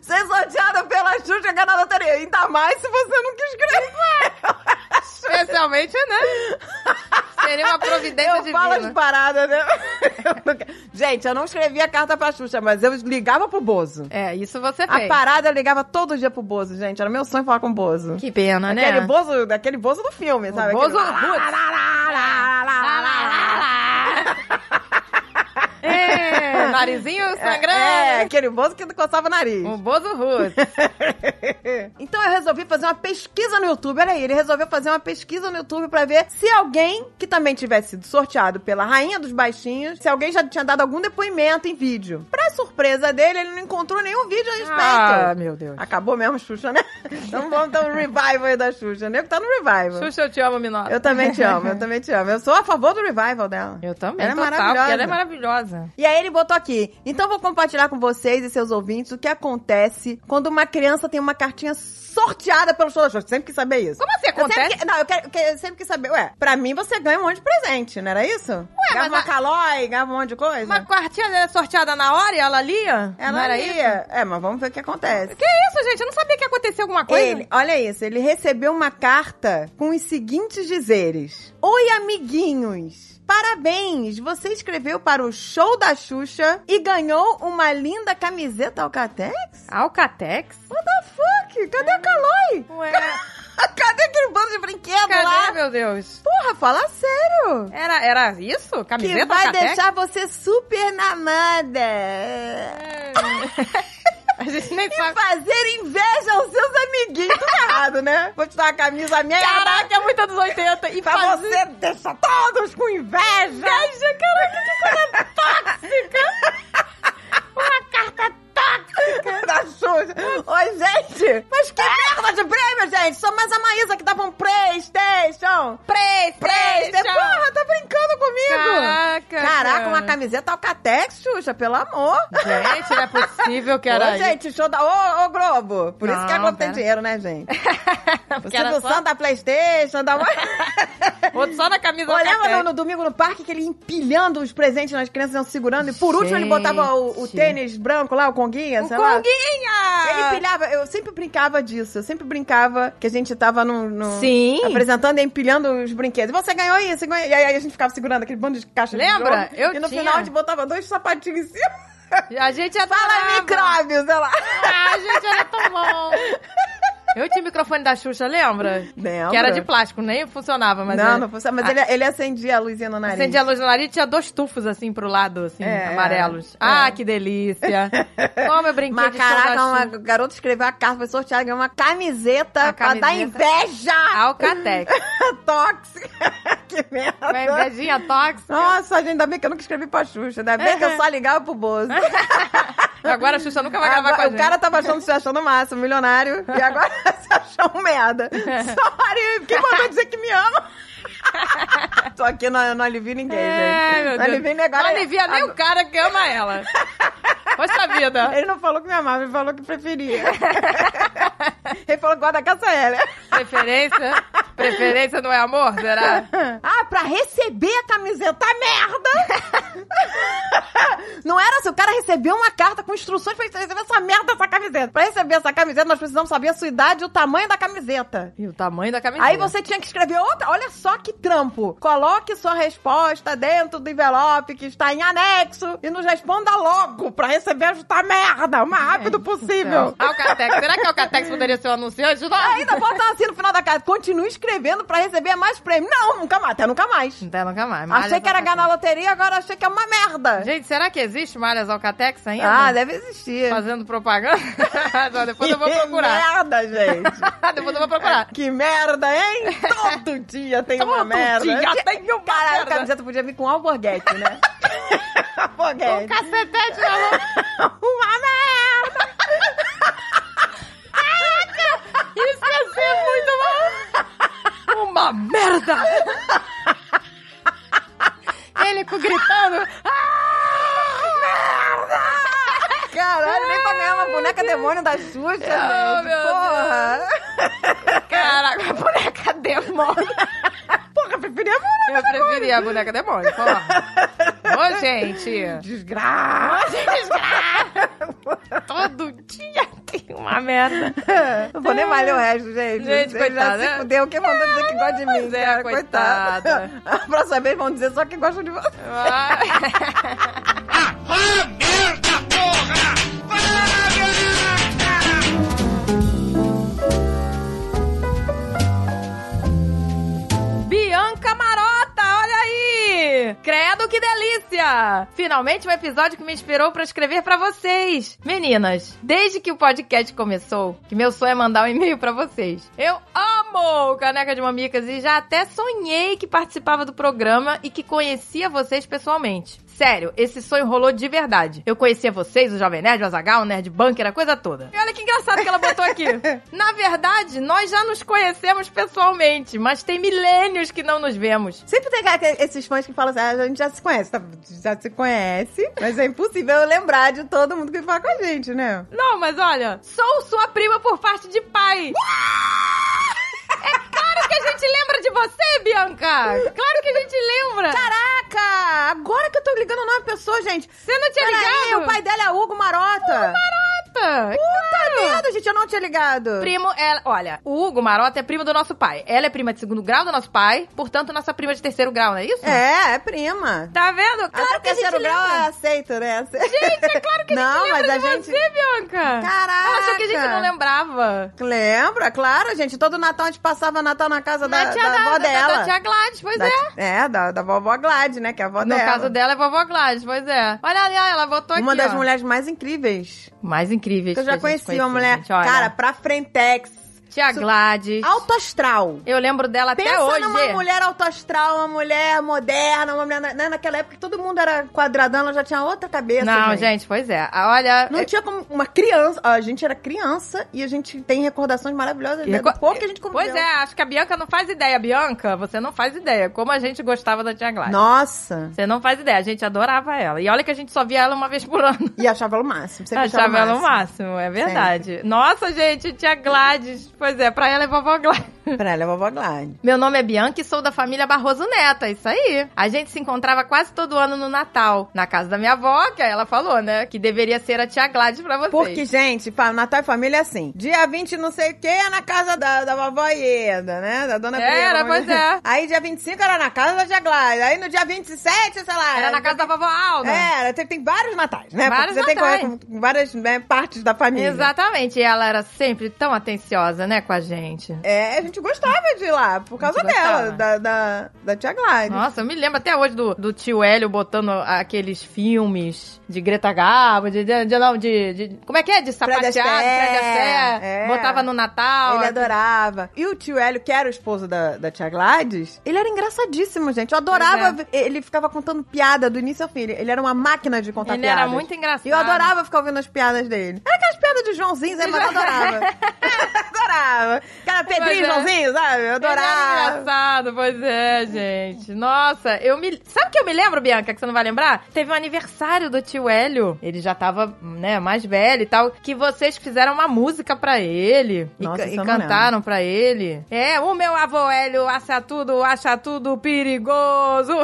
B: Ser sorteada pela Xuxa ganhar na loteria, ainda mais se você nunca escreveu.
A: Especialmente, né? Seria uma providência
B: Eu
A: divina.
B: falo as paradas, né? Eu nunca- Gente, eu não escrevia carta pra Xuxa, mas eu ligava pro Bozo.
A: É, isso você
B: A
A: fez.
B: parada eu ligava todo dia pro Bozo, gente. Era meu sonho falar com o Bozo.
A: Que pena, né?
B: Aquele Bozo, daquele Bozo do filme, sabe? Aquele-
A: Bozo É, narizinho sangrando.
B: É, aquele Bozo que coçava o nariz.
A: O Bozo Ruth.
B: Então eu resolvi fazer uma pesquisa no YouTube. Olha aí, ele resolveu fazer uma pesquisa no YouTube pra ver se alguém que também tivesse sido sorteado pela rainha dos baixinhos, se alguém já tinha dado algum depoimento em vídeo. Pra surpresa dele, ele não encontrou nenhum vídeo a respeito.
A: Ah, meu Deus.
B: Acabou mesmo,
A: *laughs*
B: Xuxa, né? Então vamos dar um revival aí da Xuxa. O nego tá no revival.
A: Xuxa, eu te amo, Minota.
B: Eu também te amo, eu também te amo. Eu sou a favor do revival dela.
A: Eu também,
B: Ela é
A: total, porque
B: maravilhosa.
A: Ela é maravilhosa.
B: E aí ele botou aqui. Então vou compartilhar com vocês e seus ouvintes o que acontece quando uma criança tem uma cartinha sorteada pelo show da Xuxa. Sempre quis saber isso.
A: Como assim
B: Eu
A: acontece?
B: sempre que- não, eu, quero, eu quero- eu sempre quis saber. Ué, pra mim você ganha um monte de presente, não era isso? Ué,
A: mas
B: ganhava uma
A: a-
B: calói, ganhava um monte de coisa.
A: Uma quartinha era sorteada na hora e ela lia? Não
B: Ela
A: era
B: ia.
A: isso?
B: É, mas vamos ver o que acontece.
A: Que isso, gente? Eu não sabia que é ia acontecer alguma coisa.
B: Ele, olha isso, ele recebeu uma carta com os seguintes dizeres: Oi, amiguinhos! Parabéns! Você escreveu para o show da Xuxa e ganhou uma linda camiseta Alcatex?
A: Alcatex?
B: What the fuck? Cadê a Caloi?
A: Ué,
B: *laughs* Cadê aquele bando de brinquedo
A: cadê,
B: lá?
A: meu Deus?
B: Porra, fala sério!
A: Era, era isso?
B: Que
A: Camiseta
B: vai
A: Alcatex?
B: deixar você super namada.
A: A gente
B: *laughs*
A: nem
B: E
A: sabe.
B: fazer inveja aos seus amiguinhos. Tudo errado, né? Vou te dar uma camisa minha.
A: Caraca, é muito anos 80. E
B: Pra
A: fazer-
B: você deixa todos com inveja! Inveja, caraca, que coisa tóxica! É? Uma carta tóxica! Da Xuxa! Oi, gente! Mas que merda de prêmio, gente! Só mais a Maísa que dava um prêmio! tá camiseta Alcatex, Xuxa, pelo amor.
A: É. Gente, não é possível que era
B: Ô, gente, show da... Ô, ô, Globo! Por isso que a
A: Não,
B: Globo tem
A: pera. É,
B: dinheiro,
A: *laughs*
B: né, gente? O
A: Porque era
B: Silvio
A: só-
B: Santos da
A: *laughs*
B: Playstation, da...
A: Outro só na camisa da
B: Olhava
A: Catex.
B: no, no domingo no parque que ele empilhando os presentes nas crianças, iam segurando. E por último ele botava o, o
A: Gente.
B: tênis branco lá, o conguinha,
A: O
B: sei lá. Ele
A: Conguinha!
B: empilhava, eu sempre brincava disso, eu sempre brincava que a gente tava num. num-
A: Sim.
B: Apresentando e empilhando os brinquedos. E você ganhou isso, você ganhou. E aí a gente ficava segurando aquele bando de caixa
A: Lembra?
B: de jogo,
A: Eu
B: E no
A: tinha.
B: final a gente botava dois sapatinhos em cima.
A: A gente adorava.
B: Fala micróbios, sei lá.
A: Ah, gente, era tão bom. Eu tinha o microfone da Xuxa, lembra?
B: Lembro.
A: Que era de plástico, nem funcionava, mas...
B: não,
A: era-
B: não funciona. Mas ele, ele acendia a luzinha no nariz.
A: Acendia a luz no nariz e tinha dois tufos, assim, pro lado, assim,
B: É,
A: amarelos.
B: é.
A: Ah, que
B: *laughs*
A: delícia. Como eu brinquei
B: Mas
A: de show da
B: caraca, uma
A: Xuxa.
B: garota escreveu a carta, foi sorteada, ganhou uma camiseta
A: A
B: pra dar
A: camiseta. Ah.
B: inveja! *laughs*
A: Alcatex.
B: Tóxica! *laughs* que merda!
A: Uma né? invejinha tóxica.
B: Nossa, gente, ainda bem que eu nunca escrevi pra Xuxa, ainda bem
A: *laughs*
B: que eu só ligava pro Bozo.
A: Agora a Xuxa nunca vai gravar
B: Agora-
A: com a
B: o
A: gente.
B: cara tava achando, se achando o
A: *laughs*
B: máximo, milionário, e agora *laughs* se achou um merda. Sorry, quem mandou dizer que me ama? *laughs* Tô aqui, não, não alivio ninguém,
A: É,
B: gente.
A: meu
B: não
A: Deus.
B: alivio agora.
A: Não alivia nem o cara que ama
B: *laughs*
A: ela. Poxa vida.
B: Ele não falou que me amava, ele falou que preferia. *laughs* ele falou que gosta da Cassia Eller.
A: Preferência? Preferência não é amor, será?
B: *laughs* Ah, pra receber a camiseta, tá *laughs* merda! Não era assim, o cara recebeu uma carta com instruções pra receber essa merda, essa camiseta. Pra receber essa camiseta, nós precisamos saber a sua idade e o tamanho da camiseta.
A: E o tamanho da camiseta.
B: Aí você tinha que escrever outra. Olha só que trampo. Coloque sua resposta dentro do envelope que está em anexo e nos responda logo pra receber esta merda o mais rápido possível.
A: Alcatex. Será que Alcatex poderia ser um anunciante? Não.
B: Ainda bota assim no final da carta. Continue escrevendo pra receber mais prêmio. Não, nunca mais, até nunca mais.
A: Não tem nunca mais. Malhas
B: Achei que era
A: Alcatex.
B: ganhar na loteria, agora achei que é uma merda.
A: Gente, será que existe malhas Alcatex ainda?
B: ah, deve existir.
A: Fazendo propaganda? *laughs* Não, depois eu vou
B: *laughs*
A: procurar.
B: Que merda, gente.
A: depois eu vou procurar.
B: que merda,
A: *laughs*
B: hein? Todo dia tem uma
A: Todo
B: merda.
A: dia tem uma
B: Caralho,
A: merda.
B: a camiseta podia vir com
A: *laughs*
B: alborguete, né?
A: Um
B: alborguete.
A: cacetete na mão.
B: *laughs* uma merda.
A: Isso ia ser é muito bom. Uma merda. Ele com- Ah, gritando.
B: Caralho, nem pra ganhar uma boneca demônio da Xuxa, gente.
A: meu
B: Porra.
A: Caraca, a boneca demônio.
B: Porra, preferia a boneca.
A: Eu preferia a boneca demônio, porra. Ô, gente.
B: né? *laughs* Desgraça.
A: Todo dia tem uma merda.
B: Não vou nem mais ler o resto, gente.
A: Gente,
B: Ele
A: coitada,
B: Já
A: né?
B: se fudeu. Quem mandou dizer que gosta de
A: pois
B: mim?
A: é,
B: cara?
A: coitada.
B: *laughs* A próxima vez vão dizer só que gostam de você.
A: *laughs* Ah, Bianca Marota, olha aí! Credo que delícia! Finalmente um episódio que me inspirou pra escrever pra vocês. Meninas, desde que o podcast começou, que meu sonho é mandar um e-mail pra vocês. Eu amo o Caneca de Mamicas e já até sonhei que participava do programa e que conhecia vocês pessoalmente. Sério, esse sonho rolou de verdade. Eu conhecia vocês, o Jovem Nerd, o Azagal, o Nerd Bunker, a coisa toda. E olha que engraçado que ela botou
B: *laughs*
A: aqui. Na verdade, nós já nos conhecemos pessoalmente, mas tem milênios que não nos vemos.
B: Sempre tem aquele- esses fãs que falam assim, ah, a gente já se conhece. Tá, Já se conhece, mas é impossível eu lembrar de todo mundo que fala com a gente, né?
A: Não, mas olha, sou sua prima por parte de pai. É claro que a gente lembra de você, Bianca! Claro que a gente lembra!
B: Caraca! Agora que eu tô ligando o nome da pessoa, gente.
A: Você não tinha
B: Peraí,
A: ligado?
B: o pai dela é Hugo Marota.
A: Puta,
B: Puta merda, gente, eu não tinha ligado.
A: Primo, ela, olha, o Hugo Marota é primo do nosso pai. Ela é prima de segundo grau do nosso pai, portanto, nossa prima de terceiro grau, não é isso?
B: É, é prima.
A: Tá vendo? Claro
B: Até
A: que a gente
B: terceiro grau
A: lembra.
B: é aceito, né?
A: Gente, é claro que a gente
B: *laughs* Não,
A: lembra
B: mas
A: de
B: a gente-
A: você, Bianca.
B: Caraca.
A: Ela achou que a gente não lembrava.
B: Lembra, claro, gente. Todo Natal a gente passava Natal na casa da,
A: Na tia
B: da avó dela.
A: Da tia Gladys, pois
B: Da-
A: é.
B: É, da, da vovó Glad, né? Que é a avó
A: No
B: dela.
A: caso dela é vovó Gladys, pois é. Olha ali, ó, ela botou aqui,
B: Uma das
A: ó.
B: mulheres mais incríveis.
A: mais incríveis
B: Que eu já
A: a gente
B: conheci uma
A: conheceu,
B: mulher,
A: gente, olha.
B: cara, pra frentex.
A: Tia Gladys.
B: Alto astral.
A: Eu lembro dela até
B: Pensa
A: hoje.
B: numa mulher alto astral, uma mulher moderna, uma mulher... na- né, Naquela época que todo mundo era quadradão, ela já tinha outra cabeça,
A: Não,
B: assim, gente.
A: gente, pois é. Ah, Olha,
B: Não
A: é-
B: tinha como uma criança. A gente era criança e a gente tem recordações maravilhosas
A: E
B: né,
A: reco-
B: do pouco que a gente conviveu.
A: pois é, acho que a Bianca não faz ideia. Bianca, você não faz ideia como a gente gostava da Tia Gladys.
B: Nossa.
A: Você não faz ideia, a gente adorava ela. E olha que a gente só via ela uma vez por ano.
B: E achava ela o máximo. Sempre
A: *laughs* Achava ela o
B: máximo.
A: máximo, é verdade. Nossa, gente, tia Gladys. Pois é, pra ela é vovó Gladys.
B: Pra ela, é a vovó Gladys.
A: Meu nome é Bianca e sou da família Barroso Neto, é isso aí. A gente se encontrava quase todo ano no Natal, na casa da minha avó, que aí ela falou, né? Que deveria ser a tia Gladys pra vocês.
B: Porque, gente, fa- Natal e família é assim. Dia 20 não sei o que é na casa da, da vovó Ieda, né? Da dona
A: É, Era,
B: Prieta,
A: pois
B: vamos dizer.
A: é.
B: Aí dia 25 era na casa da Tia Gladys. Aí no dia 27, sei lá.
A: Era na casa da vovó Alda.
B: Era, tem, tem vários natais, né?
A: Vários
B: Porque você
A: natais.
B: tem com- com várias né, partes da família.
A: Exatamente, e ela era sempre tão atenciosa, né, com a gente.
B: É, a gente gostava de ir lá, por causa dela,
A: gostava.
B: da, da, da tia Gladys.
A: Nossa, eu me lembro até hoje do, do tio Hélio botando aqueles filmes de Greta Garbo, de, de, de- não, de, de- Como é que é? De
B: Fred
A: sapateado, Fred
B: Astaire,
A: Astaire.
B: é.
A: Botava no Natal.
B: Ele adorava. E o tio Hélio, que era o esposo da, da tia Gladys, ele era engraçadíssimo, gente. Eu adorava.
A: é.
B: ver- Ele ficava contando piada do início ao fim. Ele era uma máquina de contar
A: Ele
B: piadas.
A: era muito engraçado.
B: E eu adorava ficar ouvindo as piadas dele. Era aquelas piadas de Joãozinho, sabe? Mas eu
A: *laughs*
B: adorava. *laughs* adorava. Cara, Pedrinho
A: Mas
B: e
A: é.
B: Joãozinho, sabe? Eu
A: Ele era
B: *laughs* adorava.
A: engraçado, pois é, gente. Nossa, eu me. Sabe o que eu me lembro, Bianca, que você não vai lembrar? Teve um aniversário do tio Hélio. Ele já tava, né, mais velho e tal. Que vocês fizeram uma música pra ele. E
B: Nossa,
A: ca- e,
B: isso eu não
A: cantaram pra ele. É, o meu avô Hélio acha tudo, acha tudo perigoso.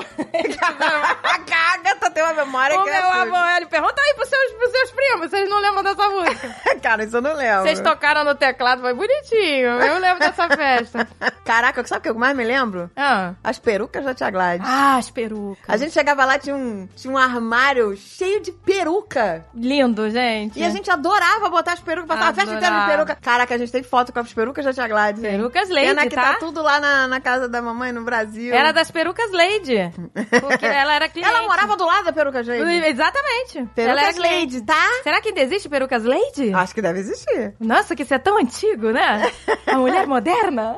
A: *laughs*
B: A Gagata tem uma memória
A: o
B: que é assim.
A: meu
B: assusta.
A: avô Hélio. Pergunta aí pros seus, pros seus primos, vocês não lembram dessa música.
B: *laughs* Cara, isso eu não lembro.
A: Vocês tocaram no teclado, foi bonitinho. Eu lembro dessa festa.
B: Caraca, sabe o que eu mais me lembro?
A: Ah,
B: As perucas da tia Gladys.
A: ah as perucas.
B: A gente chegava lá, tinha um, tinha um armário cheio de peruca.
A: Lindo, gente.
B: E a gente adorava botar as perucas, passava a festa inteira de
A: É. Adorava.
B: peruca. Caraca, a gente tem foto com as perucas da Tia Gladys. hein?
A: Perucas Lady,
B: Pena que tá
A: tá? é
B: tudo lá na, na casa da mamãe, no Brasil.
A: Era das perucas Lady.
B: *laughs*
A: Porque ela era cliente.
B: Ela morava do lado da peruca, gente.
A: Exatamente. ela era
B: Perucas
A: cliente.
B: Lady, Ah. tá?
A: Será que ainda existe perucas Lady?
B: Acho que deve existir.
A: Nossa, que isso é tão antigo, né? A mulher moderna?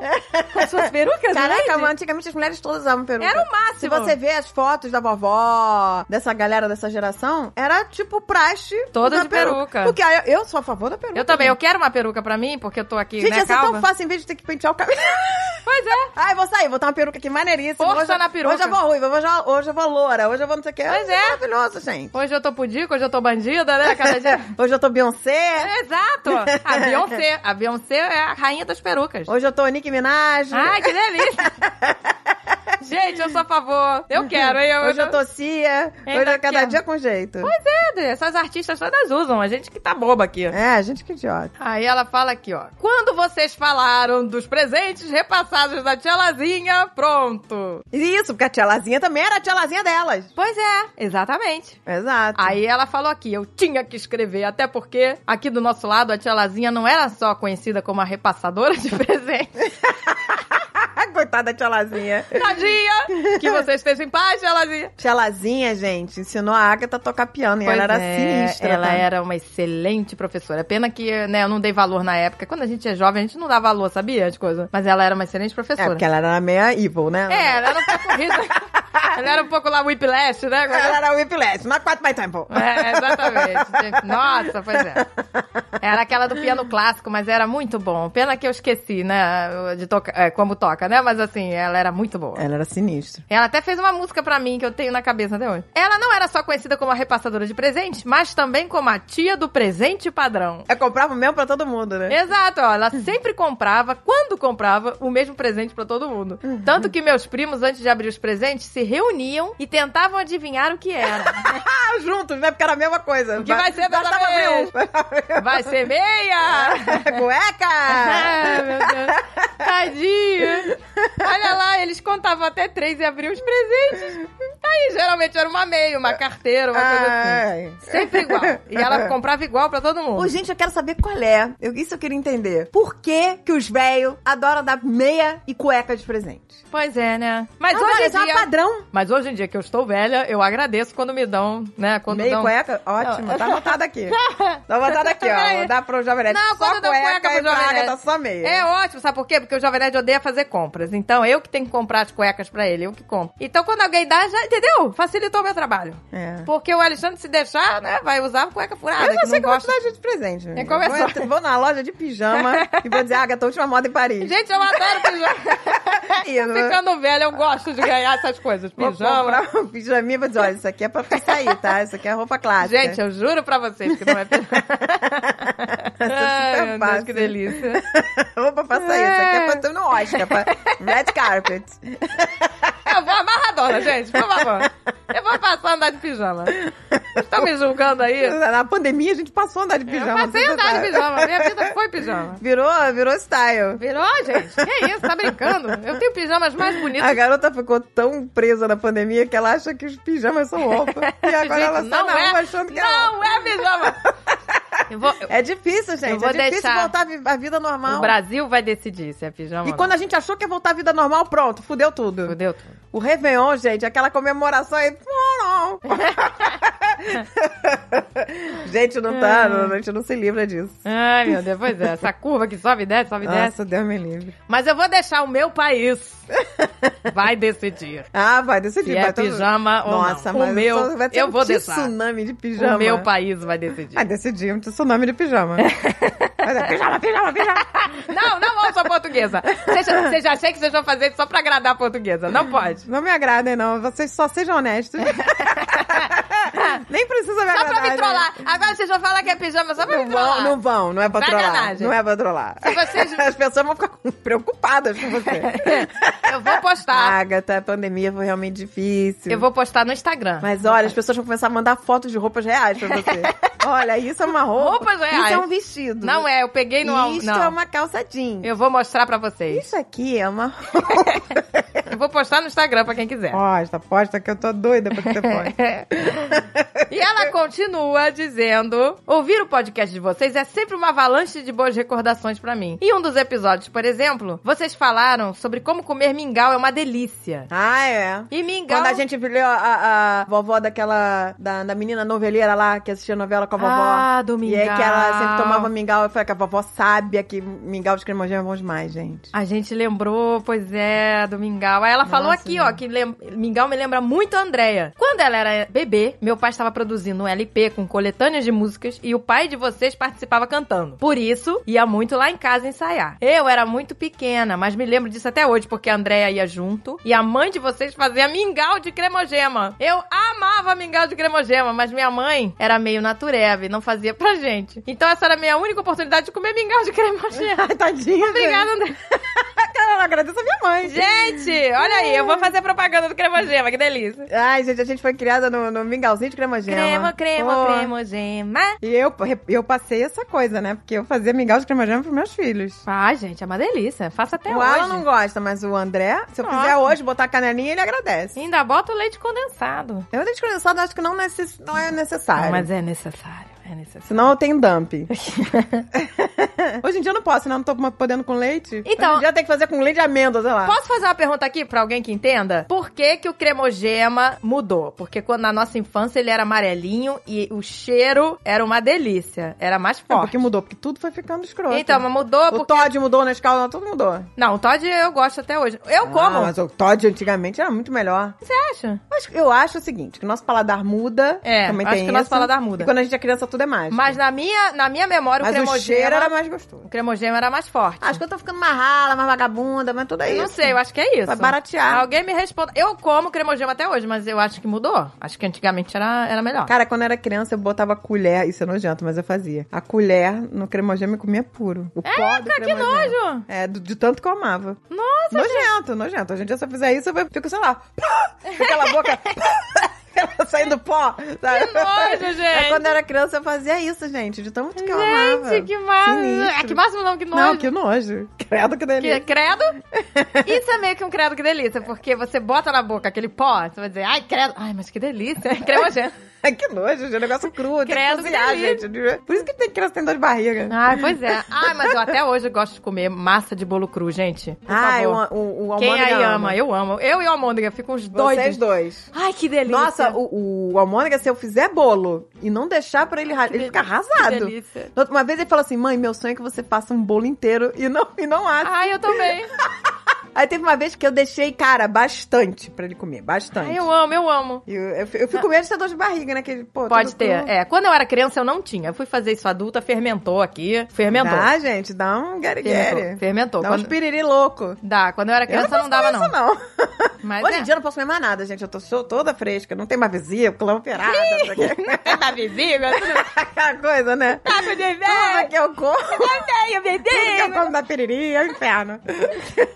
A: Com as suas perucas
B: Caraca,
A: Lady?
B: mano, antigamente as mulheres todas usavam peruca.
A: É Era o máximo.
B: Se você vê as fotos da vovó, dessa galera dessa geração, era tipo praxe.
A: Todas
B: da
A: de peruca.
B: Porque ah, eu eu sou a favor da peruca.
A: Eu também, eu
B: gente.
A: quero uma peruca pra mim, porque eu tô aqui,
B: Gente,
A: né,
B: ia ser tão
A: calva.
B: fácil em vez de ter que pentear o cabelo. *laughs*
A: Pois é,
B: Ai, vou sair, vou botar uma peruca aqui maneiríssima.
A: Força
B: hoje, eu-
A: na peruca.
B: Hoje eu vou ruiva, hoje eu, hoje eu vou loura, hoje eu vou não sei o que.
A: Pois é.
B: Maravilhoso, gente.
A: hoje eu tô pudica, hoje eu tô bandida, né? Cada
B: *laughs*
A: dia...
B: Hoje eu tô Beyoncé,
A: Exato! A Beyoncé. A Beyoncé é a rainha das perucas.
B: hoje eu tô Nicki Minaj.
A: Ai, que delícia! *laughs* Gente, eu sou a favor. Eu quero, hein? Eu,
B: hoje eu tô Cia.
A: Ainda
B: Hoje é cada
A: quero.
B: dia com jeito.
A: Pois é, Dê, essas artistas todas usam, a gente que tá boba aqui.
B: É, gente, que idiota.
A: Aí ela fala aqui, ó. Quando vocês falaram dos presentes repassados da tia Lazinha, pronto.
B: E Isso, porque a tia Lazinha também era a tia Lazinha delas.
A: Pois é, exatamente.
B: Exato. *laughs*
A: Aí ela falou aqui, eu tinha que escrever, até porque aqui do nosso lado a tia Lazinha não era só conhecida como a repassadora de *laughs* presentes.
B: Coitada da tia Lazinha.
A: Tadinha! Que você esteja em paz, tia Lazinha.
B: tia Lazinha, gente, ensinou a Agatha a tocar piano. e
A: Pois
B: ela era
A: é,
B: sinistra.
A: Ela
B: tá?
A: era uma excelente professora. Pena que, né, eu não dei valor na época. Quando a gente é jovem, a gente não dá valor, sabia? As coisas. Mas ela era uma excelente
B: É,
A: professora.
B: porque ela era meia evil, né?
A: É, ela era um pouco
B: *laughs*
A: risa. ela era um pouco lá whiplash, né?
B: Ela era Whiplash, not quite my tempo.
A: É, exatamente. Nossa, pois é. Era aquela do piano clássico, mas era muito bom. Pena que eu esqueci, né? De toca, é, como toca, né? Mas assim, ela era muito boa.
B: Ela era sinistra.
A: Ela até fez uma música pra mim que eu tenho na cabeça até hoje. Ela não era só conhecida como a repassadora de presentes, mas também como a tia do presente padrão.
B: Eu comprava o mesmo pra todo mundo, né?
A: Exato, ó, ela sempre comprava, quando comprava, o mesmo presente pra todo mundo. Tanto que meus primos, antes de abrir os presentes, se reuniam e tentavam adivinhar o que era.
B: Ah, juntos, né? Porque era a mesma coisa.
A: O que vai ser dessa
B: Bastava
A: vez?
B: abrir um.
A: Vai ser meia!
B: *laughs* Cueca!
A: Ah, meu Deus. Tadinho. Olha lá, eles contavam até três e abriam os presentes. Aí, geralmente era uma meia, uma carteira, *laughs* uma
B: Ah,
A: coisa assim.
B: Ai.
A: Sempre igual. E
B: *laughs*
A: ela comprava igual pra todo mundo.
B: Ô, gente, eu quero saber qual é. Eu- isso eu queria entender. Por que que os velhos adoram dar meia e cueca de presente?
A: Pois é, né? Mas
B: Agora
A: hoje em
B: isso é um
A: dia...
B: padrão.
A: Mas hoje em dia que eu estou velha, eu agradeço quando me dão, né? Quando
B: meia e
A: dão...
B: cueca? Ótimo, tá anotado aqui.
A: *laughs*
B: Tá anotado aqui, ó.
A: Peraí.
B: Dá pro Jovem Nerd
A: Não,
B: só
A: quando dão cueca pro
B: e pra
A: Jovem Nerd.
B: Agatha só meia.
A: É ótimo, sabe por quê? Porque o Jovem Nerd odeia fazer compras. Então, eu que tenho que comprar as cuecas pra ele, eu que compro. Então, quando alguém dá, já, entendeu? Facilitou o meu trabalho.
B: É.
A: Porque o Alexandre, se deixar, né, vai usar a cueca furada.
B: eu não
A: que
B: sei
A: não
B: como eu vou
A: gosta.
B: te dar de presente. amiga.
A: como é
B: vou,
A: só-
B: entrar- vou na loja de
A: *laughs*
B: pijama e vou dizer, "Ah, Agatha, última moda em Paris. Tá
A: Gente, eu adoro
B: *laughs*
A: pijama.
B: Isso.
A: Ficando velha, eu gosto de ganhar essas coisas.
B: Vou
A: Pijama.
B: comprar um pijaminha e vou dizer, olha, isso aqui é pra sair, tá? Isso aqui é roupa clássica.
A: Gente, eu juro pra vocês que não é pijama.
B: *laughs*
A: Ai, meu Deus,
B: é fácil.
A: que delícia.
B: *laughs* roupa pra sair, isso aqui é pra tu no Oscar, pra red carpet.
A: É, Eu vou amarradona, gente, por favor. Eu vou passar a andar de pijama. Estão me julgando aí?
B: Na pandemia a gente passou a andar de pijama.
A: eu passei a
B: você
A: andar de
B: sabe.
A: pijama. Minha vida foi pijama.
B: Virou, virou style.
A: Virou, gente? Que isso? Tá brincando? Eu tenho pijamas mais bonitos.
B: A garota ficou tão presa na pandemia que ela acha que os pijamas são
A: *laughs*
B: roupa. E agora
A: Gente,
B: ela sai na rua achando que é roupa.
A: Não é pijama. Eu vou- eu-
B: É difícil, gente.
A: Eu vou
B: é difícil
A: deixar-
B: voltar a vi- a vida normal.
A: o Brasil vai decidir se é pijama
B: E
A: ou
B: quando a gente achou que ia voltar à vida normal, pronto, fudeu tudo.
A: não. Fudeu tudo.
B: O Réveillon, gente, aquela comemoração aí.
A: *laughs*
B: Não, não. gente, não
A: É.
B: tá, não, a gente não se livra disso.
A: Ai, meu Deus, pois é. Essa curva que sobe e desce, sobe e desce.
B: Nossa, Deus me livre.
A: Mas eu vou deixar o meu país. Vai decidir.
B: Ah, vai decidir.
A: Se é
B: vai todo-
A: pijama ou
B: Nossa,
A: não. O
B: mas
A: meu,
B: só- vai ter
A: eu
B: um
A: vou
B: tio
A: deixar.
B: tsunami de pijama.
A: O meu país vai decidir.
B: Vai decidir um tsunami de pijama.
A: *laughs*
B: Mas é pijama, pijama, pijama.
A: Não, não ouça a portuguesa. Vocês já- vocês já achei que vocês vão fazer só pra agradar a portuguesa. Não pode.
B: Não me agradem, não. Vocês só
A: *laughs*
B: sejam honestos. Nem precisa me
A: Só
B: agradar.
A: pra me
B: né?
A: trollar. Agora vocês vão falar que é pijama só pra
B: Não
A: me trollar.
B: vão, não vão, não é pra trollar.
A: Sacanagem.
B: Não é pra trollar.
A: Se vocês-
B: *laughs* As pessoas vão ficar com- preocupadas com
A: *laughs* Tá.
B: você.
A: Eu vou postar.
B: Agatha, a pandemia foi realmente difícil.
A: Eu vou postar no Instagram.
B: Mas olha, as pessoas vão começar a mandar fotos de roupas reais pra
A: *laughs*
B: você. olha, isso é uma roupa.
A: Roupas reais.
B: Isso é um vestido.
A: Não é, eu peguei no...
B: Isso
A: não.
B: é uma calça jeans.
A: Eu vou mostrar pra vocês.
B: Isso aqui
A: *laughs*
B: é uma roupa.
A: Eu vou postar no Instagram pra quem quiser.
B: Posta, posta que eu tô doida pra que
A: *laughs*
B: você poste.
A: E ela continua dizendo: Ouvir o podcast de vocês é sempre uma avalanche de boas recordações pra mim. Em um dos episódios, por exemplo, vocês falaram sobre como comer mingau é uma delícia.
B: ah, é.
A: E mingau.
B: Quando a gente viu a, a vovó daquela. Da, da menina noveleira lá que assistia novela com a vovó.
A: Ah, do
B: E é que ela
A: mingau.
B: sempre tomava mingau. Eu falei que a vovó sábia que mingau de cremogênio é bom demais, gente. *laughs*
A: A gente lembrou, pois é, do mingau. Aí ela falou
B: Nossa,
A: aqui,
B: gente.
A: ó, que lem- mingau me lembra muito a Andrea. Quando ela era bebê, meu pai estava produzindo um LP com coletâneas de músicas e o pai de vocês participava cantando. Por isso, ia muito lá em casa ensaiar. Eu era muito pequena, mas me lembro disso até hoje, porque a Andrea ia junto e a mãe de vocês fazia mingau de cremogema. Eu amava mingau de cremogema, mas minha mãe era meio natureba e não fazia pra gente. Então essa era a minha única oportunidade de comer mingau de cremogema.
B: *laughs* Ai, Ah, tadinha.
A: Obrigada, Andrea.
B: gente. Cara, eu agradeço a minha mãe.
A: Gente, olha aí, eu vou fazer propaganda do cremogema, que delícia.
B: Ai, gente, a gente foi criada no, no mingauzinho de cremogema.
A: Crema, crema,
B: Pô.
A: cremogema.
B: E eu, eu passei essa coisa, né? Porque eu fazia mingau de cremogema pros meus filhos.
A: Ah, gente, é uma delícia. Faça até
B: o Alan
A: hoje.
B: não gosta, mas o André, se eu
A: Nossa.
B: fizer hoje, botar a canelinha, ele agradece.
A: Ainda bota o leite condensado.
B: Eu leite condensado acho que não, necess... não é necessário.
A: Mas é necessário, é necessário.
B: Senão eu tenho dump. *laughs* Hoje em dia eu não posso, né? Eu Não tô podendo com leite.
A: Então-
B: Hoje em dia tem que fazer com leite de amêndoa, sei lá.
A: Posso fazer uma pergunta aqui pra alguém que entenda? Por que, que o cremogema mudou? Porque quando na nossa infância ele era amarelinho e o cheiro era uma delícia. Era mais
B: Não,
A: forte.
B: É, porque mudou, porque tudo foi ficando escroto.
A: então, mas mudou
B: o
A: porque.
B: Todd mudou na escala, tudo mudou.
A: Não, o Todd eu gosto até hoje. Eu como.
B: Ah, mas o Todd antigamente era muito melhor.
A: Você acha?
B: Mas eu acho o seguinte, que o nosso paladar muda.
A: É,
B: também
A: acho
B: tem
A: que o nosso
B: isso.
A: paladar muda.
B: E quando a gente é criança, tudo é mágico.
A: Mas na minha, na minha memória o
B: Mas
A: cremogema.
B: o cheiro era mais
A: O
B: gostoso.
A: cremogema era mais forte.
B: Acho que eu tô ficando mais rala, mais vagabunda, mas tudo é isso.
A: Não sei, eu acho que é isso.
B: Vai baratear.
A: Alguém me responda. Eu como cremogema até hoje, mas eu acho que mudou. Acho que antigamente era, era melhor.
B: Cara, quando eu era criança, eu botava a colher, isso é nojento, mas eu fazia. A colher no cremogema e comia puro. O pó do
A: Caraca, que
B: cremogema.
A: nojo!
B: É, do- de tanto que eu amava.
A: Nossa,
B: nojento, nojento. Hoje em dia, se eu fizer isso, eu fico, sei lá, com aquela boca. ela saindo do pó. Sabe?
A: Que nojo,
B: Mas
A: gente.
B: quando eu era criança, eu fazia isso, gente. De tanto que eu amava.
A: Gente, que máximo.
B: Sinistro.
A: É, que máximo não, que nojo.
B: Não, que nojo. Credo que
A: Que-
B: delícia. *laughs*
A: credo? Isso é meio que um credo que delícia, porque você bota na boca aquele pó, você vai dizer, ai, credo, ai, mas que delícia, *laughs* é cremogêneo.
B: Que, nojo, gente. É um negócio cru. Tem que
A: Credo que
B: cozinhar,
A: delícia.
B: gente. Por isso que tem criança que tem dor de barriga.
A: Ai, pois é. Ai, mas eu até hoje gosto de comer massa de bolo cru, gente. Por
B: Ah,
A: favor.
B: o, o, o
A: Quem
B: almôndega
A: aí ama?
B: ama.
A: eu amo. Eu e o almôndega ficam os doidos.
B: Vocês dois.
A: Ai, que delícia.
B: Nossa, o, o almôndega, se eu fizer bolo e não deixar pra ele, ra- ele fica
A: Que
B: arrasado.
A: delícia.
B: Uma vez ele falou assim, mãe, meu sonho é que você faça um bolo inteiro e não, e não assa.
A: Ai, eu também. Ah.
B: Aí teve uma vez que eu deixei, cara, bastante pra ele comer, bastante.
A: Ai, eu amo, eu amo.
B: E eu, eu, fi- eu fico com medo de ter dor de barriga, né? Que, pô,
A: Pode
B: tudo
A: ter.
B: cru.
A: É, quando eu era criança eu não tinha. Eu fui fazer isso adulta, fermentou aqui. Fermentou.
B: Dá, gente, dá um
A: fermentou.
B: gueriguere.
A: Fermentou.
B: Dá um
A: Quando...
B: piriri louco.
A: Dá, quando eu era
B: Eu
A: criança
B: não,
A: não, dava não.
B: Isso não.
A: Mas
B: Hoje
A: é.
B: em dia eu não posso comer mais nada, gente. Eu tô sou toda fresca, não tem mais vesícula,
A: *laughs*
B: operada, não sei o quê.
A: da vesícula,
B: *laughs* aquela coisa, né?
A: tudo de
B: Tudo que eu como, tudo *laughs*
A: Ai,
B: que eu
A: bebê!
B: como da piriri é o inferno.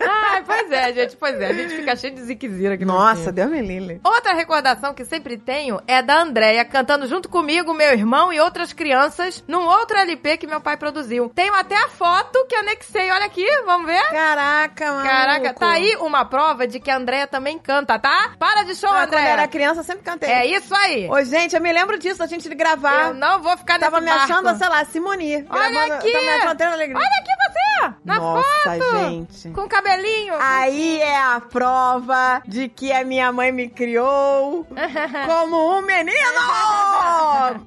A: Ai, pois é, gente, pois é. A gente fica cheio de ziquezira aqui no
B: Nossa,
A: fim.
B: Deus me livre.
A: Outra recordação que sempre tenho é da Andréia cantando junto comigo, meu irmão e outras crianças num outro LP que meu pai produziu. Tenho até a foto que anexei, olha aqui, vamos ver?
B: Caraca, mano.
A: Caraca, tá aí uma prova de que a Andréia também canta, tá? Para de show,
B: Ah, quando eu era
A: Andréia!
B: criança, eu sempre cantei.
A: É isso aí!
B: Ô, gente, eu me lembro disso, a gente de
A: Eu
B: gravar.
A: não vou ficar
B: Tava
A: nesse
B: me achando,
A: barco.
B: sei lá, Simoni.
A: Olha
B: gravando,
A: aqui!
B: Tava me achando Tendo alegria.
A: Olha aqui você! Na
B: Nossa,
A: foto!
B: gente.
A: Com cabelinho! *laughs*
B: Aí é a prova de que a minha mãe me criou como um menino! *laughs*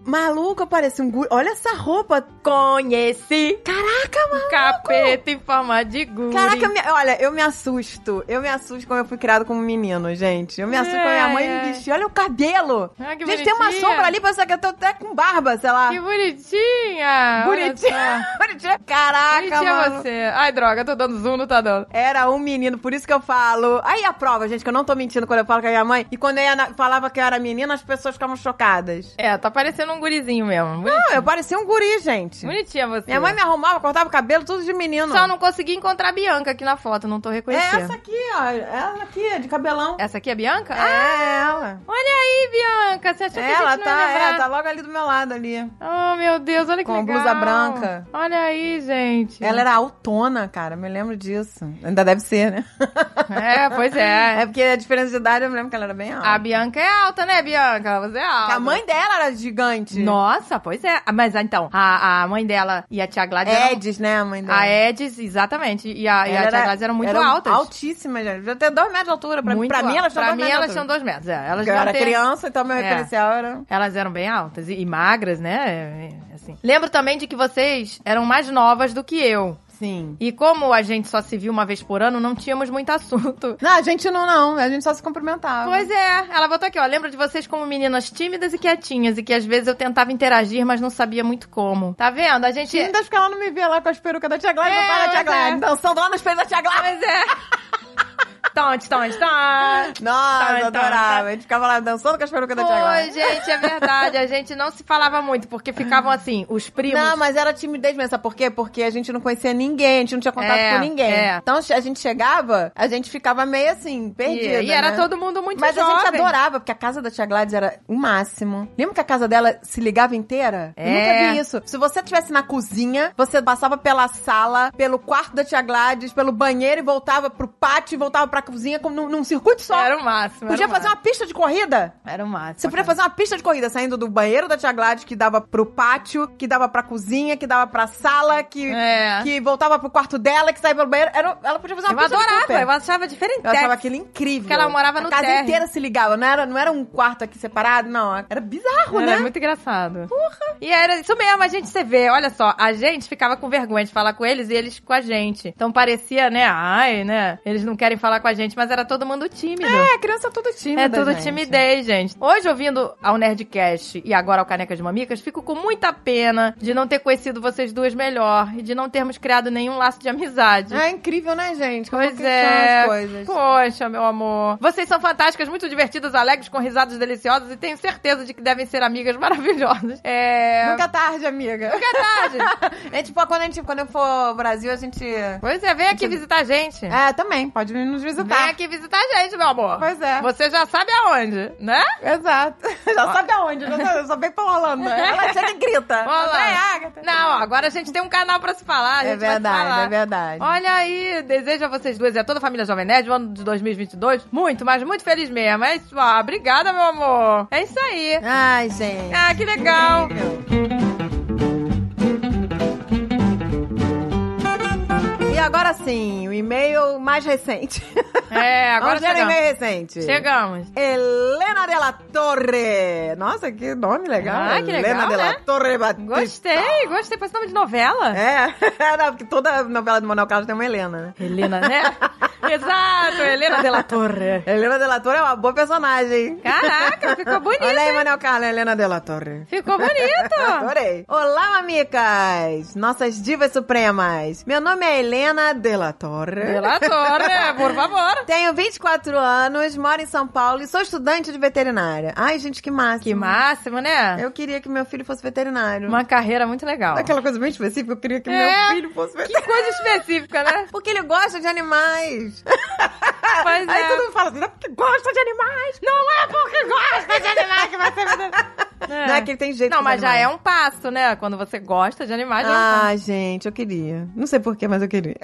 B: Maluco, eu parecia um guri. Olha essa roupa.
A: Conheci
B: Caraca, mano.
A: um capeta em forma de guri.
B: Caraca, eu me- olha, eu me assusto. Eu me assusto como eu fui criado como menino, gente. Eu me assusto com a minha mãe
A: Ai, ai.
B: me vestir. Olha o cabelo.
A: Ah, É, que
B: gente, tem uma
A: bonitinha.
B: sombra ali, parece que eu tô até com barba, sei lá.
A: Que bonitinha!
B: Bonitinha. Bonitinha. *laughs* Caraca,
A: Bonitinha
B: mano.
A: você. Ai, droga, tô dando zoom, não tá dando.
B: Era um menino, por isso que eu falo. Aí a prova, gente, que eu não tô mentindo quando eu falo com a minha mãe. E quando eu ia na- falava que eu era menina, as pessoas ficavam chocadas.
A: É, tá parecendo um gurizinho mesmo. Boni-
B: Não, eu parecia um guri, gente.
A: Bonitinha você.
B: Minha mãe me arrumava, cortava o cabelo, tudo de menino.
A: É. Só não consegui encontrar a Bianca aqui na foto, não tô
B: É
A: reconhecendo.
B: essa aqui, ó. Ela aqui, de cabelão.
A: Essa aqui é a Bianca? Ah,
B: É ela.
A: olha aí, Bianca, você achou que a
B: Ela
A: gente não ia
B: tá,
A: lembrar?
B: é, tá logo ali do meu lado ali.
A: Oh, meu Deus, olha que
B: Com a
A: legal.
B: blusa branca.
A: Olha aí, gente.
B: Ela é era autona, cara, me lembro disso. Ainda deve ser, né?
A: *laughs* É, pois é.
B: É porque a diferença de idade, eu me lembro que ela era bem alta.
A: A Bianca é alta, né, Bianca? Você é alta.
B: A mãe dela era gigante.
A: Nossa, pois é. Ah, Mas ah, então, a, a mãe dela e a tia Gladys. eram-
B: Edis, né, a mãe dela?
A: a Edis, exatamente. Ah, é. E a, e a
B: Ela
A: tia Gladys eram muito altas.
B: Altíssimas, gente. Devia ter dois metros de altura. Pra, mim-
A: Muito
B: pra mim,
A: altas.
B: elas tinham
A: Pra
B: dois
A: mim,
B: metros.
A: elas tinham dois metros. É, elas
B: Porque eu
A: deviam
B: era
A: ter-
B: criança, então meu
A: É.
B: referencial era...
A: Elas eram bem altas e, e magras, né? É, é, Assim. Lembro também de que vocês eram mais novas do que eu.
B: Sim.
A: E como a gente só se viu uma vez por ano, não tínhamos muito *laughs* assunto.
B: Não, a gente não, não. A gente só se cumprimentava.
A: Pois é, ela botou aqui, ó. Lembro de vocês como meninas tímidas e quietinhas, e que às vezes eu tentava interagir, mas não sabia muito como. Tá vendo? A gente.
B: Ainda fica lá não me vê lá com as perucas da Tia Gladys,
A: É,
B: não para a Tia
A: mas é.
B: Gladys. Dançando lá nos pés da Tia Gladys.
A: Pois é. *laughs* Tonte, tonte, tonte.
B: Nossa,
A: Tá, tá,
B: adorava.
A: tá.
B: A gente ficava lá dançando com as perucas da né? Tia
A: Oi,
B: Gladys.
A: gente, é verdade. A gente não se falava muito, porque ficavam assim, os primos.
B: Não, mas era timidez mesmo, sabe por quê? Porque a gente não conhecia ninguém, a gente não tinha contato
A: É,
B: com ninguém.
A: é.
B: Então a gente chegava, a gente ficava meio assim, perdida.
A: e, e era
B: né?
A: todo mundo muito
B: Mas
A: jovem.
B: a gente adorava, porque a casa da tia Gladys era o máximo. Lembra que a casa dela se ligava inteira? Eu
A: É.
B: nunca vi isso. Se você estivesse na cozinha, você passava pela sala, pelo quarto da tia Gladys, pelo banheiro e voltava pro pátio e voltava pra cozinha como num, num circuito só.
A: Era o máximo.
B: Podia
A: era o
B: fazer uma pista de corrida?
A: máximo. Era o máximo.
B: Você podia
A: cara.
B: fazer uma pista de corrida saindo do banheiro da tia Gladys, que dava pro pátio, que dava pra cozinha, que dava pra sala, que,
A: É.
B: que voltava pro quarto dela, que saía pelo banheiro. Era- ela podia fazer uma
A: Eu
B: pista de
A: adorava,
B: super.
A: eu achava diferente.
B: Eu achava aquilo incrível.
A: Porque ela morava no
B: A casa
A: térreo.
B: inteira se ligava. Não era, não era um quarto aqui separado, não. Era bizarro,
A: Era
B: né?
A: muito engraçado. Porra! E era isso mesmo, a gente, você vê, olha só, a gente ficava com vergonha de falar com eles e eles com a gente. Então parecia, né, ai, né, eles não querem falar com a gente, mas era todo mundo tímido.
B: É, criança é tudo tímida,
A: É tudo
B: gente.
A: timidez, gente. Hoje, ouvindo ao Nerdcast e agora ao Caneca de Mamicas, fico com muita pena de não ter conhecido vocês duas melhor e de não termos criado nenhum laço de amizade.
B: É incrível, né, gente? Como
A: Pois
B: que são
A: é.
B: as coisas.
A: Poxa, meu amor. Vocês são fantásticas, muito divertidas, alegres, com risadas deliciosas e tenho certeza de que devem ser amigas maravilhosas. É.
B: Nunca é tarde, amiga.
A: Nunca é tarde.
B: *laughs* É tipo, quando, a gente, quando eu for ao Brasil, a gente...
A: pois é, vem é, aqui visitar a gente.
B: É, também. Pode nos visitar.
A: Vem
B: visitar.
A: aqui visitar a gente, meu amor.
B: Pois é.
A: Você já sabe aonde, né? *laughs*
B: Exato. Já sabe aonde, já sabe, só vem pra Holanda. Ela chega e grita.
A: Olá.
B: Andréia, Agatha.
A: Não, ó, agora a gente tem um canal pra se falar. a
B: É
A: gente vai se
B: verdade,
A: falar.
B: é verdade.
A: Olha aí, desejo a vocês duas e a toda a família Jovem Nerd, o ano de 2022, muito, mas muito feliz mesmo. É isso, ó, obrigada, meu amor. É isso aí.
B: Ai, gente.
A: Ah, que legal.
B: E agora sim, o e-mail mais recente.
A: É, agora
B: Vamos ver o
A: chegamos.
B: e-mail recente.
A: Chegamos.
B: Helena de la Torre. Nossa, que nome legal.
A: Ah, que legal,
B: Helena de la
A: né?
B: Torre Batista.
A: Gostei, gostei. Parece nome de novela.
B: É, *laughs* não, porque toda novela do Manuel Carlos tem uma Helena, né?
A: Helena,
B: *laughs*
A: né? Exato, Helena de la Torre. É
B: Helena de la Torre é uma boa personagem.
A: Caraca, ficou bonito.
B: Olha aí, Manuel Carlos, Helena de la Torre.
A: Ficou bonito.
B: Adorei. Olá, mamicas! Nossas divas supremas. Meu nome é Helena de la Torre.
A: De la Torre, né? por favor.
B: Tenho 24 anos, moro em São Paulo e sou estudante de veterinária. Ai, gente, que máximo.
A: Que máximo, né?
B: Eu queria que meu filho fosse veterinário.
A: Uma carreira muito legal.
B: Aquela coisa bem específica, eu queria que
A: É.
B: meu filho fosse
A: Que
B: veterinário.
A: coisa específica,
B: *laughs*
A: né?
B: Porque ele gosta de animais.
A: *laughs* Pois
B: Aí
A: é.
B: todo mundo fala assim, não é porque gosta de animais.
A: Não é porque gosta de animais que vai ser
B: Não é que ele tem jeito
A: Não,
B: com os
A: mas já
B: animais.
A: é um passo, né? Quando você gosta de animais, um
B: Ah, gente, eu queria. Não sei porquê, mas eu queria.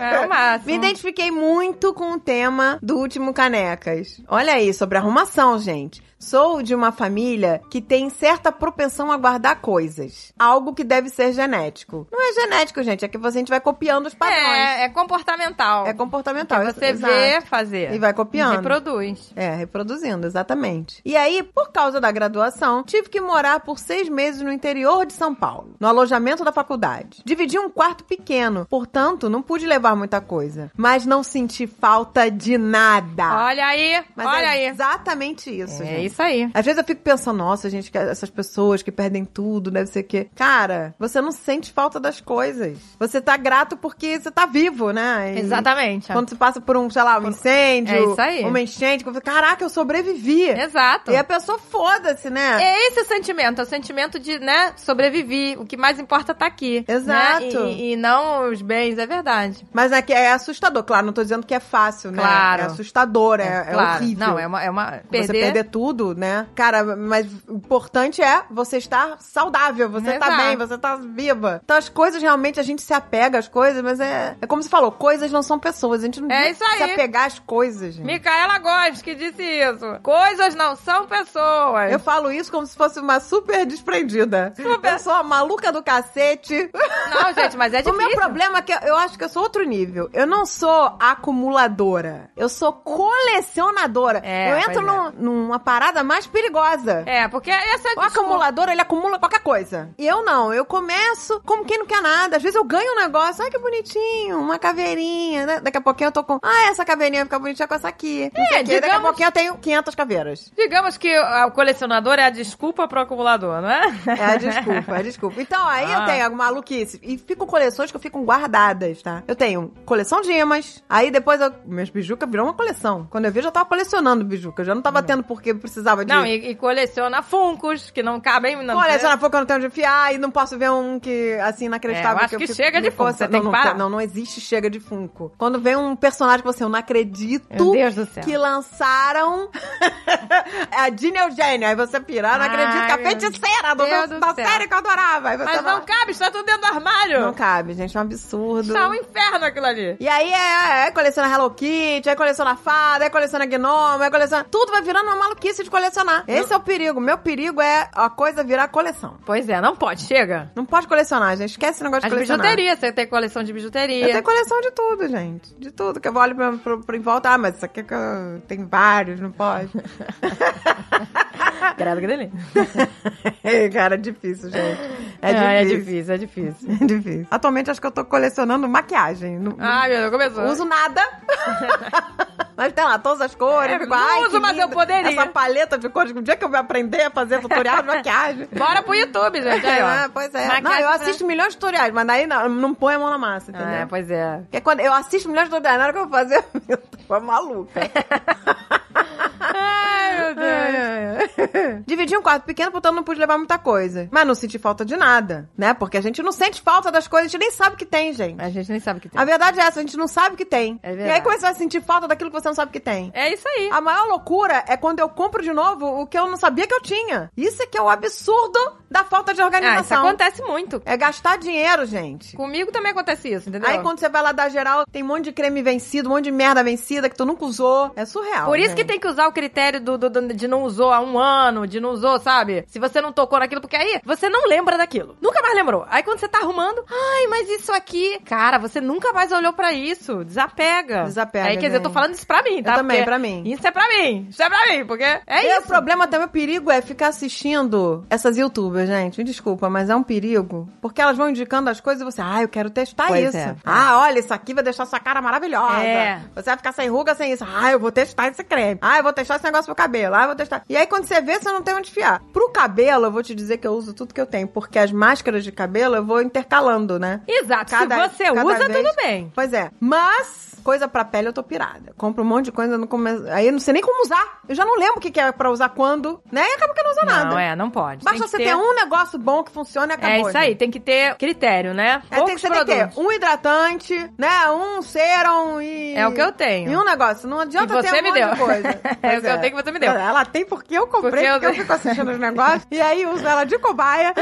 A: é um máximo.
B: Me identifiquei muito com o tema do último Canecas. Olha aí, sobre arrumação, gente. Sou de uma família que tem certa propensão a guardar coisas. Algo que deve ser genético. Não é genético, gente. É que você, a gente vai copiando os padrões.
A: É, é comportamental.
B: É, comportamental.
A: Você
B: isso,
A: vê
B: exato.
A: fazer.
B: E vai copiando.
A: Reproduz.
B: É, reproduzindo, exatamente. E aí, por causa da graduação, tive que morar por seis meses no interior de São Paulo, no alojamento da faculdade. Dividi um quarto pequeno, portanto, não pude levar muita coisa. Mas não senti falta de nada.
A: Olha aí,
B: Ah. Mas
A: olha
B: é
A: aí.
B: Exatamente isso,
A: é
B: gente.
A: isso aí.
B: Às vezes eu fico pensando, nossa, gente, que essas pessoas que perdem tudo, deve ser que. Cara, você não sente falta das coisas. Você tá grato porque você tá vivo, né? E-
A: Exatamente.
B: Quando você passa por um, sei lá, um incêndio,
A: É isso aí.
B: uma enchente, que você, caraca, eu sobrevivi.
A: Exato.
B: E é a pessoa foda-se, né?
A: É esse o sentimento, é o sentimento de, né, sobreviver. O que mais importa tá aqui. né?
B: Exato.
A: E, e não os bens, é verdade.
B: Mas é, que é assustador, claro, não tô dizendo que é fácil, né?
A: Claro.
B: É assustador, é, é
A: claro.
B: horrível.
A: Não, é uma. É uma
B: Você perder tudo, né? Cara, mas o importante é você estar saudável, você tá
A: Exato.
B: bem, você tá viva. Então as coisas realmente a gente se apega às coisas, mas é, é como você falou, coisas não são pessoas, a gente não
A: É
B: tem
A: isso
B: que se
A: aí.
B: apegar às coisas, gente.
A: Micaela Gomes que disse isso. Coisas não são pessoas.
B: Eu falo isso como se fosse uma super desprendida. Uma pessoa maluca do cacete.
A: Não, gente, mas é
B: *laughs* o
A: difícil.
B: meu problema é que eu acho que eu sou outro nível. Eu não sou acumuladora. Eu sou colecionadora.
A: É,
B: eu entro
A: pois é.
B: num- numa parada mais perigosa.
A: É, porque essa é a
B: O
A: desculpa.
B: acumulador, ele acumula qualquer coisa. E eu não. Eu começo como quem não quer nada. Às vezes eu ganho um negócio. Ai, que bonitinho. Uma caveirinha. né? Daqui a pouquinho eu tô com... Ah, essa caveirinha fica bonitinha com essa aqui. Não
A: É,
B: sei o quê. Daqui a
A: digamos-
B: pouquinho eu tenho 500 caveiras.
A: Digamos que ah, o colecionador é a desculpa pro acumulador, não é?
B: É a desculpa, é a desculpa. Então, aí
A: Ah.
B: eu tenho alguma maluquice. E ficam coleções que ficam guardadas, tá? Eu tenho coleção de imãs. Aí depois eu. Minhas bijuca virou uma coleção. Quando eu vi, eu já tava colecionando bijuca. Eu já não tava tendo porque precisava
A: *laughs*
B: de.
A: Uhum. Não, e, e coleciona funcos, que não cabem... Não,
B: Coleciona pouco, eu não tenho onde enfiar e não posso ver um que, assim, inacreditável.
A: É, eu acho que
B: fico-
A: chega de
B: me
A: Funko,
B: conce-
A: você
B: não,
A: tem que
B: não,
A: parar.
B: Não, não existe chega de Funko. Quando vem um personagem que você, eu não acredito
A: Meu Deus do céu. *laughs*
B: que lançaram É a Dina Eugênia. Aí você pira, eu não
A: Ai,
B: acredito que a
A: meu
B: feiticeira do,
A: Deus
B: do-
A: do
B: da
A: céu.
B: série que eu adorava. Aí você
A: Mas
B: fala,
A: não cabe, está tudo dentro do armário.
B: não cabe, gente. É um absurdo.
A: Está um inferno aquilo ali.
B: E aí é, é, é, coleciona Hello Kitty, aí coleciona fada, aí coleciona gnomo, aí coleciona... Tudo vai virando uma maluquice de colecionar. Esse é o perigo. Meu perigo é a coisa virar coleção.
A: Pois é, não pode, chega.
B: Não pode colecionar, gente. Esquece esse negócio
A: As
B: de colecionar.
A: bijuterias, você tem coleção de
B: Eu
A: bijuteria.
B: tenho coleção de tudo, gente. De tudo. Que eu olho pra, pra, pra em volta. Ah, mas isso aqui que eu... tem vários, não *laughs* pode.
A: Credo que delícia.
B: Cara, é difícil, gente. É,
A: É,
B: difícil.
A: é difícil.
B: É difícil. Atualmente acho que eu tô colecionando maquiagem. Não,
A: Ai, meu Deus, começou.
B: não uso nada. *laughs* mas tem lá todas as cores.
A: É,
B: fico,
A: não
B: "Ai,
A: uso,
B: que
A: mas eu
B: lindo,
A: poderia."
B: Essa paleta de cores. Um dia que eu vou aprender a fazer tutorial
A: *laughs*
B: de maquiagem.
A: Bora pro YouTube, gente. Aí, ó.
B: É, pois é.
A: né? Maquiagem
B: não, eu
A: pra-
B: assisto milhões de tutoriais, mas daí não, não põe a mão na massa, entendeu?
A: Ah, é, pois é.
B: Porque quando eu assisto milhões de tutoriais, na hora que *laughs* eu vou fazer, eu tô maluca.
A: Ai, meu Deus.
B: Ai, ai, ai.
A: É.
B: Dividi um quarto pequeno, portanto não pude levar muita coisa. Mas não senti falta de nada, né? Porque a gente não sente falta das coisas, a gente nem sabe que tem, gente.
A: A gente nem sabe o que tem.
B: A verdade é essa, a gente não sabe que tem.
A: É
B: e
A: verdade.
B: aí como é que você vai sentir falta daquilo que você não sabe que tem?
A: É isso aí.
B: A maior loucura é quando eu compro de novo o que eu não sabia que eu tinha. Isso é que é o absurdo da falta de organização.
A: Ah, isso acontece muito.
B: É gastar dinheiro, gente.
A: Comigo também acontece isso, entendeu?
B: Aí quando você vai lá dar geral, tem um monte de creme vencido, um monte de merda vencida que tu nunca usou. É surreal.
A: Por isso que
B: gente.
A: tem que usar o critério do, do- do- de não usou há um ano, de não usou, sabe? Se você não tocou naquilo, porque aí você não lembra daquilo. Nunca mais lembrou. Aí quando você tá arrumando, ai, mas isso aqui. Cara, você nunca mais olhou pra isso. Desapega.
B: Desapega,
A: Aí, quer dizer, eu tô
B: gente.
A: falando isso pra mim, tá?
B: Eu também,
A: Porque
B: pra mim.
A: Isso é pra mim. Isso é pra mim, porque é
B: E
A: isso.
B: o problema também, o perigo é ficar assistindo essas youtubers, gente. Me desculpa, mas é um perigo. Porque elas vão indicando as coisas e você, ah, eu quero testar
A: Pois
B: isso.
A: é.
B: Ah, olha, isso aqui vai deixar sua cara maravilhosa.
A: É.
B: Você vai ficar sem ruga, sem isso. Ah, eu vou testar esse creme. Ah, eu vou testar esse negócio pro cabelo. Ah, eu vou testar. E aí, quando você vê, você não tem onde fiar. Pro cabelo, eu vou te dizer que eu uso tudo que eu tenho. Porque as máscaras de cabelo eu vou intercalando, né?
A: Exato. Se você
B: cada
A: usa,
B: vez-
A: tudo bem.
B: Pois é. Mas, coisa pra pele, eu tô pirada. Compro um monte de coisa, eu não come- aí eu não sei nem como usar. Eu já não lembro o que, que é pra usar quando, né? E acaba que eu não usa
A: Não,
B: nada.
A: é, não pode.
B: Basta
A: Tem que
B: você ter um negócio bom que funciona e acabou.
A: É isso aí,
B: gente.
A: tem que ter critério, né?
B: É, tem que
A: Poucos
B: você tem que ter *laughs*
A: produtos.
B: um hidratante, né? Um serum e.
A: É o que eu tenho.
B: E um negócio. Não adianta
A: Que você
B: ter um
A: me
B: monte
A: deu.
B: de coisa.
A: *laughs* É
B: Pois
A: o que eu tenho que você me deu.
B: Ela tem porque eu comprei,
A: Porque
B: porque
A: eu-
B: eu, fico assistindo os negócios. E aí uso ela
A: *laughs*
B: de cobaia.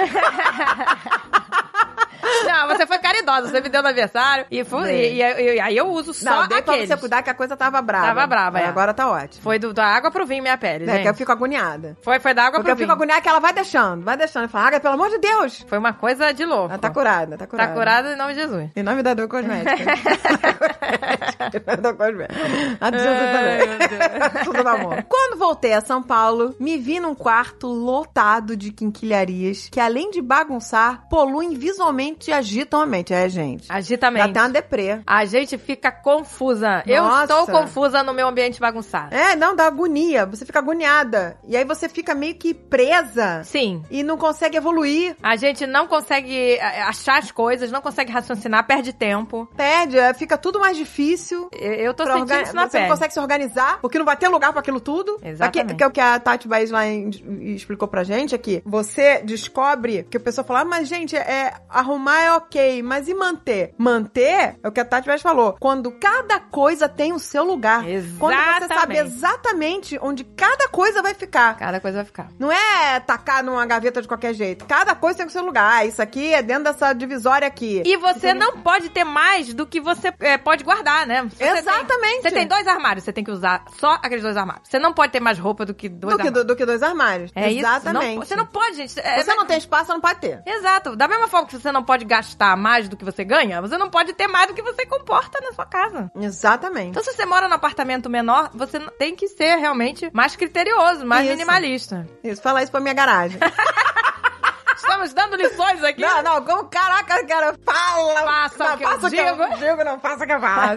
A: Não, você foi caridosa, você me deu no aniversário. E, foi, e, e- e- e aí eu uso só
B: não, deu pra
A: aqueles.
B: você cuidar que a coisa tava brava.
A: Tava brava, é.
B: Agora tá ótimo.
A: Foi do- da água pro vinho minha pele,
B: É,
A: gente.
B: que eu fico agoniada.
A: Foi, foi da água
B: Porque eu
A: pro
B: fico
A: vinho.
B: agoniada que ela vai deixando, vai deixando. Eu falo, Agatha, pelo amor de Deus.
A: Foi uma coisa de louco.
B: Ela tá curada, tá curada.
A: Tá curada em nome de Jesus.
B: Em nome da Dor
A: *laughs*
B: Cosmética. *laughs* Em nome da Dor Cosmética. A de Jesus
A: Ai, meu
B: *laughs* também. Tudo no amor. Quando voltei a São Paulo, me vi num quarto lotado de quinquilharias que, além de bagunçar, poluem visualmente e agitam a mente. É, gente.
A: Agita a
B: Dá
A: mente.
B: até uma deprê.
A: A gente fica confusa. Eu
B: tá. Nossa.
A: estou confusa no meu ambiente bagunçado.
B: É, não, dá agonia. Você fica agoniada. E aí você fica meio que presa
A: Sim.
B: e não consegue evoluir.
A: A gente não consegue é, achar as coisas, não consegue raciocinar, perde tempo.
B: Perde, é, fica tudo mais difícil.
A: Eu- Eu tô
B: pra
A: sentindo
B: organ-
A: isso na
B: você
A: pele.
B: não consegue se organizar, porque não vai ter lugar pra aquilo tudo.
A: Exatamente.
B: Aqui- que é o que a Tati Baez lá em- explicou pra gente, é que você descobre que a pessoa fala, "Ah, mas gente, é, arrumar é ok, mas e manter? Manter é o que a Tati Baez falou, quando cada coisa tem o seu lugar. Quando você sabe
A: Exatamente.
B: exatamente onde cada coisa vai ficar.
A: Cada coisa vai ficar.
B: Não é tacar numa gaveta de qualquer jeito. Cada coisa tem o seu lugar. Ah, isso aqui é dentro dessa divisória aqui.
A: E você não pode ter mais do que você é, pode guardar, né? Se você tem-
B: Exatamente.
A: Você tem dois armários, você tem que usar só aqueles dois armários. Você não pode ter mais roupa do que dois
B: do que,
A: armários.
B: do, do que dois armários.
A: É
B: Exatamente.
A: isso. Não, você não pode, gente. É-
B: Você não tem espaço, você não pode ter.
A: Exato. Da mesma forma que você não pode gastar mais do que você ganha, você não pode ter mais do que você comporta na sua casa.
B: Exatamente.
A: Então, se você mora num apartamento menor, você n- tem que ser realmente mais criterioso, mais
B: Isso.
A: minimalista.
B: Isso, fala isso pra
A: *laughs*
B: minha garagem.
A: Estamos dando lições aqui.
B: não, não, como, caraca, cara, fala!
A: Faça o
B: não,
A: que eu
B: faça o que eu
A: digo.
B: digo, não faça o que
A: *laughs*
B: eu faço.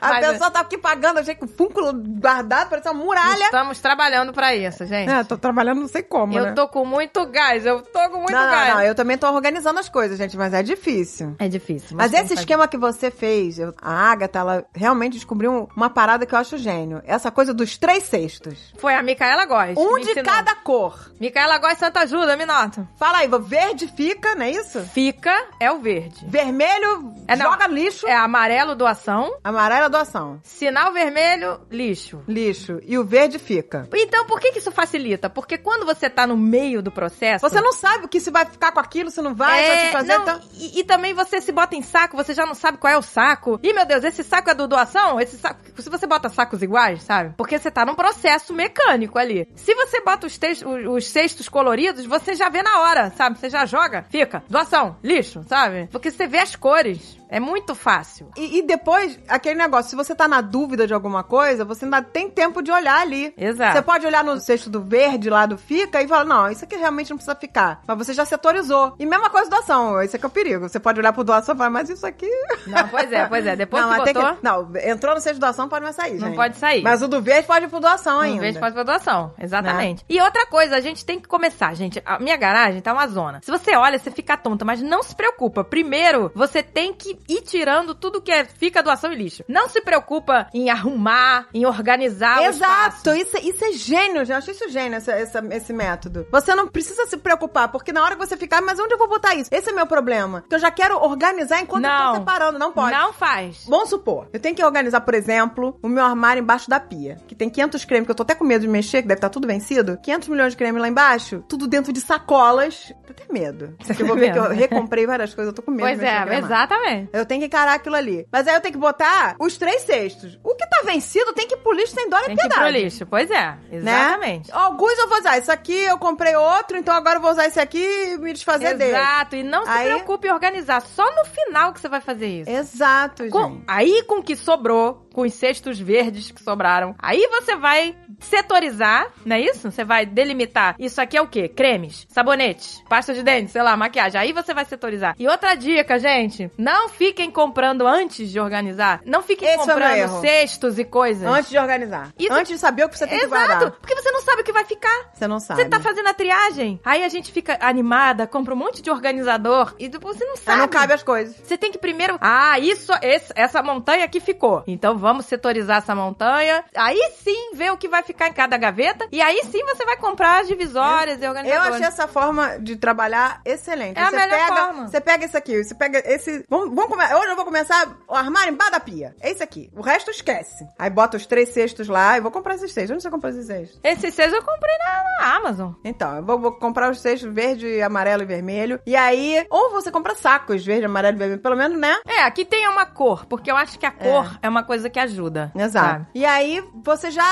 B: A
A: Mas-
B: pessoa tá aqui pagando, achei que o funko guardado parece uma muralha.
A: Estamos trabalhando pra isso, gente.
B: É, tô trabalhando não sei como, né?
A: eu tô com muito gás, eu tô com muito
B: não, não,
A: gás.
B: não, eu também tô organizando as coisas, gente, mas é difícil.
A: É difícil.
B: Mas,
A: tem
B: esse
A: que fazer.
B: esquema que você fez, eu- a Agatha, ela realmente descobriu um- uma parada que eu acho gênio. Essa coisa dos três cestos.
A: Foi a Micaela Góes.
B: Um
A: me
B: de
A: ensinou.
B: cada cor.
A: Micaela Góes Santa Ajuda, me nota.
B: Fala aí, verde fica, não é isso?
A: Fica é o verde.
B: Vermelho,
A: É, não.
B: joga lixo.
A: É amarelo, doação.
B: Amarelo é doação.
A: Sinal vermelho, lixo.
B: Lixo. E o verde fica.
A: Então, por que, que isso facilita? Porque quando você tá no meio do processo.
B: Você não sabe o que se vai ficar com aquilo, se não vai, se vai
A: é,
B: se fazer.
A: não,
B: então-
A: e, e também você se bota em saco, você já não sabe qual é o saco. Ih, meu Deus, esse saco é do doação? Esse saco. Se você bota sacos iguais, sabe? Porque você tá num processo mecânico ali. Se você bota os, textos, os, os cestos coloridos, você já vê na hora, sabe? Você já joga, fica. Doação, lixo, sabe? Porque você vê as cores. É muito fácil.
B: E, e depois, aquele negócio, se você tá na dúvida de alguma coisa, você ainda tem tempo de olhar ali.
A: Exato.
B: Você pode olhar no cesto do verde lá do fica e falar, não, isso aqui realmente não precisa ficar. Mas você já setorizou. E mesma coisa doação, esse aqui é o perigo. Você pode olhar pro doação e falar, mas isso aqui...
A: Não, pois é, pois é. Depois
B: não,
A: que
B: mas tem
A: botou-
B: que- Não, entrou no cesto de doação, pode mais sair,
A: Não
B: gente.
A: pode sair.
B: Mas o do verde pode ir pro doação ainda. Né?
A: Em vez de fazer pra doação, exatamente. E outra coisa, a gente tem que começar, gente. A minha garagem tá uma zona. Se você olha, você fica tonta, mas não se preocupa. Primeiro, você tem que e tirando tudo que é, fica doação e lixo. Não se preocupa em arrumar, em organizar o espaço.
B: Exato, isso, é- isso é gênio, já achei isso gênio, essa- essa- esse método. Você não precisa se preocupar, porque na hora que você ficar, mas onde eu vou botar isso? Esse é meu problema. Que eu já quero organizar enquanto eu
A: Não.
B: tô separando, não pode.
A: Não faz.
B: Vamos supor, eu tenho que organizar, por exemplo, o meu armário embaixo da pia, que tem 500 cremes, que eu tô até com medo de mexer, que deve estar tudo vencido. 500 milhões de cremes lá embaixo, tudo dentro de sacolas. Tô até medo.
A: Você
B: Porque eu vou
A: tá
B: ver que eu
A: vendo, né?
B: recomprei várias coisas, eu tô com medo
A: pois
B: de mexer no
A: é,
B: armário.
A: exatamente.
B: Eu tenho que encarar aquilo ali. Mas aí eu tenho que botar os três cestos. O que tá vencido tem que ir pro lixo sem dó nem
A: Tem que ir pro
B: piedade.
A: lixo. Pois é,
B: é né?
A: exatamente.
B: Alguns eu vou usar. Isso aqui eu comprei outro, então agora eu vou usar esse aqui e me desfazer dele.
A: Exato, e não se
B: Aí-
A: preocupe em organizar. Só no final que você vai fazer isso.
B: Exato,
A: Com-
B: gente.
A: aí com o que sobrou, com os cestos verdes que sobraram, aí você vai setorizar, não é isso? Você vai delimitar. Isso aqui é o quê? Cremes, sabonetes, pasta de dente, sei lá, maquiagem. Aí você vai setorizar. E outra dica, gente, não fiquem comprando antes de organizar. Não fiquem
B: Esse foi meu erro.
A: comprando cestos e coisas.
B: Antes de organizar.
A: Isso-
B: Antes de saber o que você tem que
A: Exato,
B: guardar.
A: porque você não sabe o que vai ficar.
B: Você não sabe.
A: Você tá fazendo a triagem, aí a gente fica animada, compra um monte de organizador e depois você não
B: Aí
A: sabe.
B: não cabe as coisas.
A: Você tem que primeiro. Ah, isso, esse- essa montanha aqui ficou. Então vamos setorizar essa montanha. Aí sim ver o que vai ficar em cada gaveta. E aí sim você vai comprar as divisórias e
B: Eu
A: organizadores.
B: achei assim. essa forma de trabalhar excelente.
A: Tá É a
B: você
A: melhor
B: pega,
A: forma.
B: Você pega esse aqui, você pega esse... Vamos, vamos come- Hoje eu vou começar o armário embaixo da pia. É esse aqui. O resto esquece. Aí bota os três cestos lá e vou comprar esses seis. Onde você comprou esses seis?
A: Esses seis eu comprei na, na Amazon.
B: Então, eu vou, vou comprar os cestos verde, amarelo e vermelho. E aí, ou você compra sacos verde, amarelo e vermelho, pelo menos, né?
A: É, aqui tem uma cor, porque eu acho que a cor é, uma coisa que ajuda.
B: Exato.
A: sabe?
B: E aí, você já.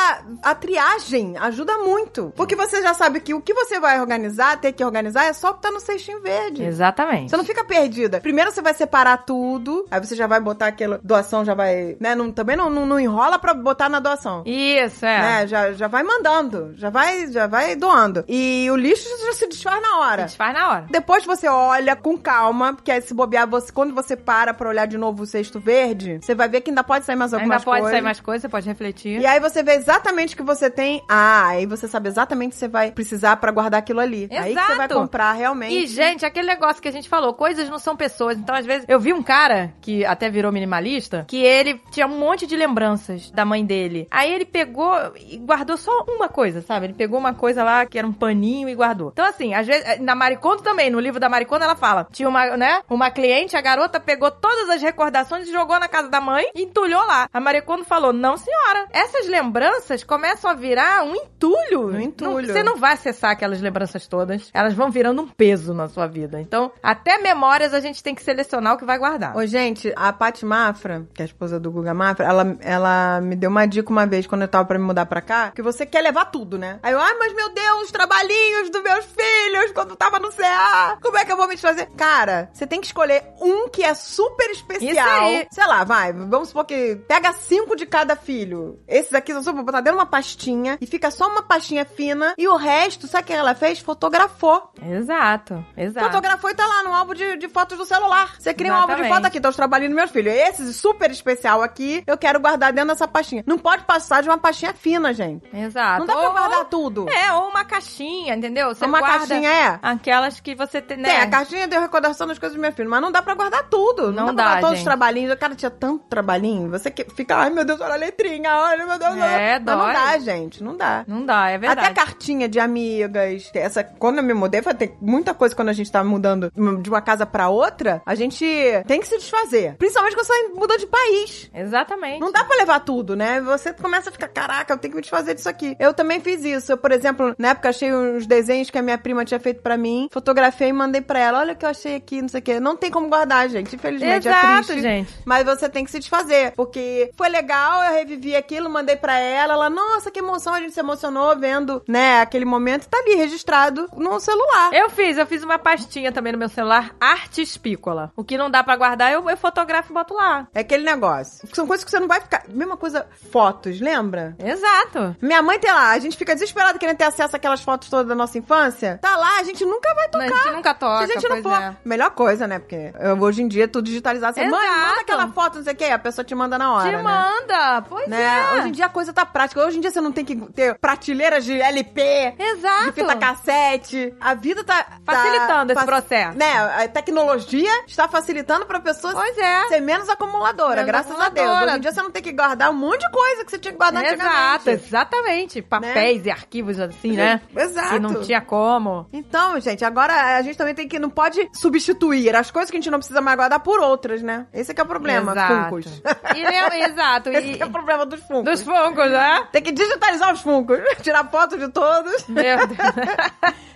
B: A triagem ajuda muito. Porque você já sabe que o que você vai organizar, ter que organizar, é só o que tá no cestinho verde.
A: Exatamente.
B: Você não fica perdida. Primeiro você vai separar tudo, aí você já vai botar aquela doação, já vai. Né? Não, também não, não, não enrola pra botar na doação.
A: Isso, é.
B: Né? Já, já vai mandando, já vai, já vai doando. E o lixo já se desfaz na hora.
A: Desfaz na hora.
B: Depois você olha com calma, porque aí se bobear, você, quando você para pra olhar de novo o cesto verde, você vai ver que ainda pode sair mais
A: Ainda
B: algumas
A: pode
B: coisas.
A: sair mais coisa, você pode refletir.
B: E aí você vê exatamente o que você tem. Ah, aí você sabe exatamente o que você vai precisar pra guardar aquilo ali. Aí que você vai
A: Exato.
B: comprar realmente.
A: E, gente, aquele negócio que a gente falou, coisas não são pessoas. Então, às vezes, eu vi um cara que até virou minimalista, que ele tinha um monte de lembranças da mãe dele. Aí ele pegou e guardou só uma coisa, sabe? Ele pegou uma coisa lá que era um paninho e guardou. Então, assim, às vezes, na Maricondo também, no livro da Maricondo, ela fala: tinha uma, né? Uma cliente, a garota pegou todas as recordações e jogou na casa da mãe e entulhou lá. A Maricondo falou: não, senhora, essas lembranças começam a virar um entulho.
B: Um entulho.
A: Não- você não vai acessar aquelas lembranças todas. Elas vão virando um peso na sua vida. Então, até memórias a gente tem que selecionar o que vai guardar.
B: Ô, gente, a Paty Mafra, que é a esposa do Guga Mafra, ela, ela me deu uma dica uma vez quando eu tava pra me mudar pra cá, que você quer levar tudo, né? Aí eu, ai, mas meu Deus, os trabalhinhos dos meus filhos quando eu tava no CA, como é que eu vou me desfazer? Cara, você tem que escolher um que é super especial.
A: Isso aí.
B: Sei lá, vai, vamos supor que pega cinco de cada filho. Esses aqui são só pra botar dentro de uma pastinha e fica só uma pastinha fina e o resto, sabe o que ela fez? Fotografou.
A: Exato, exato.
B: Fotografou e tá lá no álbum de, de fotos do celular. Você cria um álbum de
A: Exatamente.
B: foto aqui, então os trabalhinhos dos meus filhos. Esse super especial aqui, eu quero guardar dentro dessa pastinha. Não pode passar de uma pastinha fina, gente.
A: Exato.
B: Não dá pra
A: Ou-
B: guardar tudo.
A: É, ou uma caixinha, entendeu? Você
B: uma
A: guarda
B: caixinha é.
A: aquelas que você tem, né?
B: Tem, a caixinha deu recordação das coisas do meu filho, mas não dá pra guardar tudo. Não,
A: Não dá,
B: dá pra guardar todos os
A: gente.
B: trabalhinhos. O cara tinha tanto trabalhinho, você que fica, ai meu Deus, olha a letrinha, olha meu
A: É,
B: Deus. olha. mas não
A: dói.
B: dá, gente, não dá.
A: Não dá, é verdade.
B: Até cartinha de amigas. Essa, quando eu me mudei, vai ter muita coisa quando a gente tá mudando de uma casa pra outra. A gente tem que se desfazer. Principalmente quando você muda de país.
A: Exatamente.
B: Não dá pra levar tudo, né? Você começa a ficar, caraca, eu tenho que me desfazer disso aqui. Eu também fiz isso. Eu, por exemplo, na época achei uns desenhos que a minha prima tinha feito pra mim, fotografei e mandei pra ela. Olha o que eu achei aqui, não sei o quê. Não tem como guardar, gente. Infelizmente é
A: Exato,
B: triste.
A: gente.
B: Mas você tem que se desfazer, porque foi legal, eu revivi aquilo, mandei pra ela, ela, nossa, que emoção, a gente se emocionou vendo, né, aquele momento, tá ali registrado no celular.
A: Eu fiz, eu fiz uma pastinha também no meu celular, arte espícola. O que não dá pra guardar, eu, eu fotografo e boto lá.
B: É aquele negócio. São coisas que você não vai ficar. Mesma coisa, fotos, lembra?
A: Exato.
B: Minha mãe tem lá, a gente fica desesperada querendo ter acesso àquelas fotos todas da nossa infância. Tá lá, a gente nunca vai
A: A
B: tocar.
A: gente nunca toca,
B: Se a gente
A: pois
B: não for.
A: é.
B: Melhor coisa, né? Porque eu- hoje em dia é tudo digitalizado. Você, mãe,
A: Exato.
B: manda aquela foto, não sei o quê, a pessoa te manda na hora.
A: Te
B: né?
A: manda, pois
B: Né?
A: é.
B: Hoje em dia a coisa tá prática. Hoje em dia você não tem que ter prateleiras de LP,
A: Exato.
B: de fita cassete. A vida tá... tá-
A: Facilitando esse
B: fac-
A: processo.
B: Né? A tecnologia está facilitando pra pessoa
A: Pois é.
B: ser menos acumuladora,
A: Menos
B: graças a
A: acumuladora.
B: Deus. Hoje em dia você não tem que guardar um monte de coisa que você tinha que guardar
A: Exato,
B: antigamente.
A: exatamente. Papéis e arquivos assim, né?
B: Exato.
A: Se não tinha como.
B: Então, gente, agora a gente também tem que não pode substituir as coisas que a gente não precisa mais guardar por outras, né? Esse é que é o problema,
A: Exato.
B: Funkos.
A: E, né, exato.
B: *laughs* Esse
A: E,
B: que é o problema dos Funkos.
A: dos fungos, né?
B: Tem que digitalizar os Funkos, *laughs* tirar foto
A: *laughs*
B: de todos.
A: Meu Deus.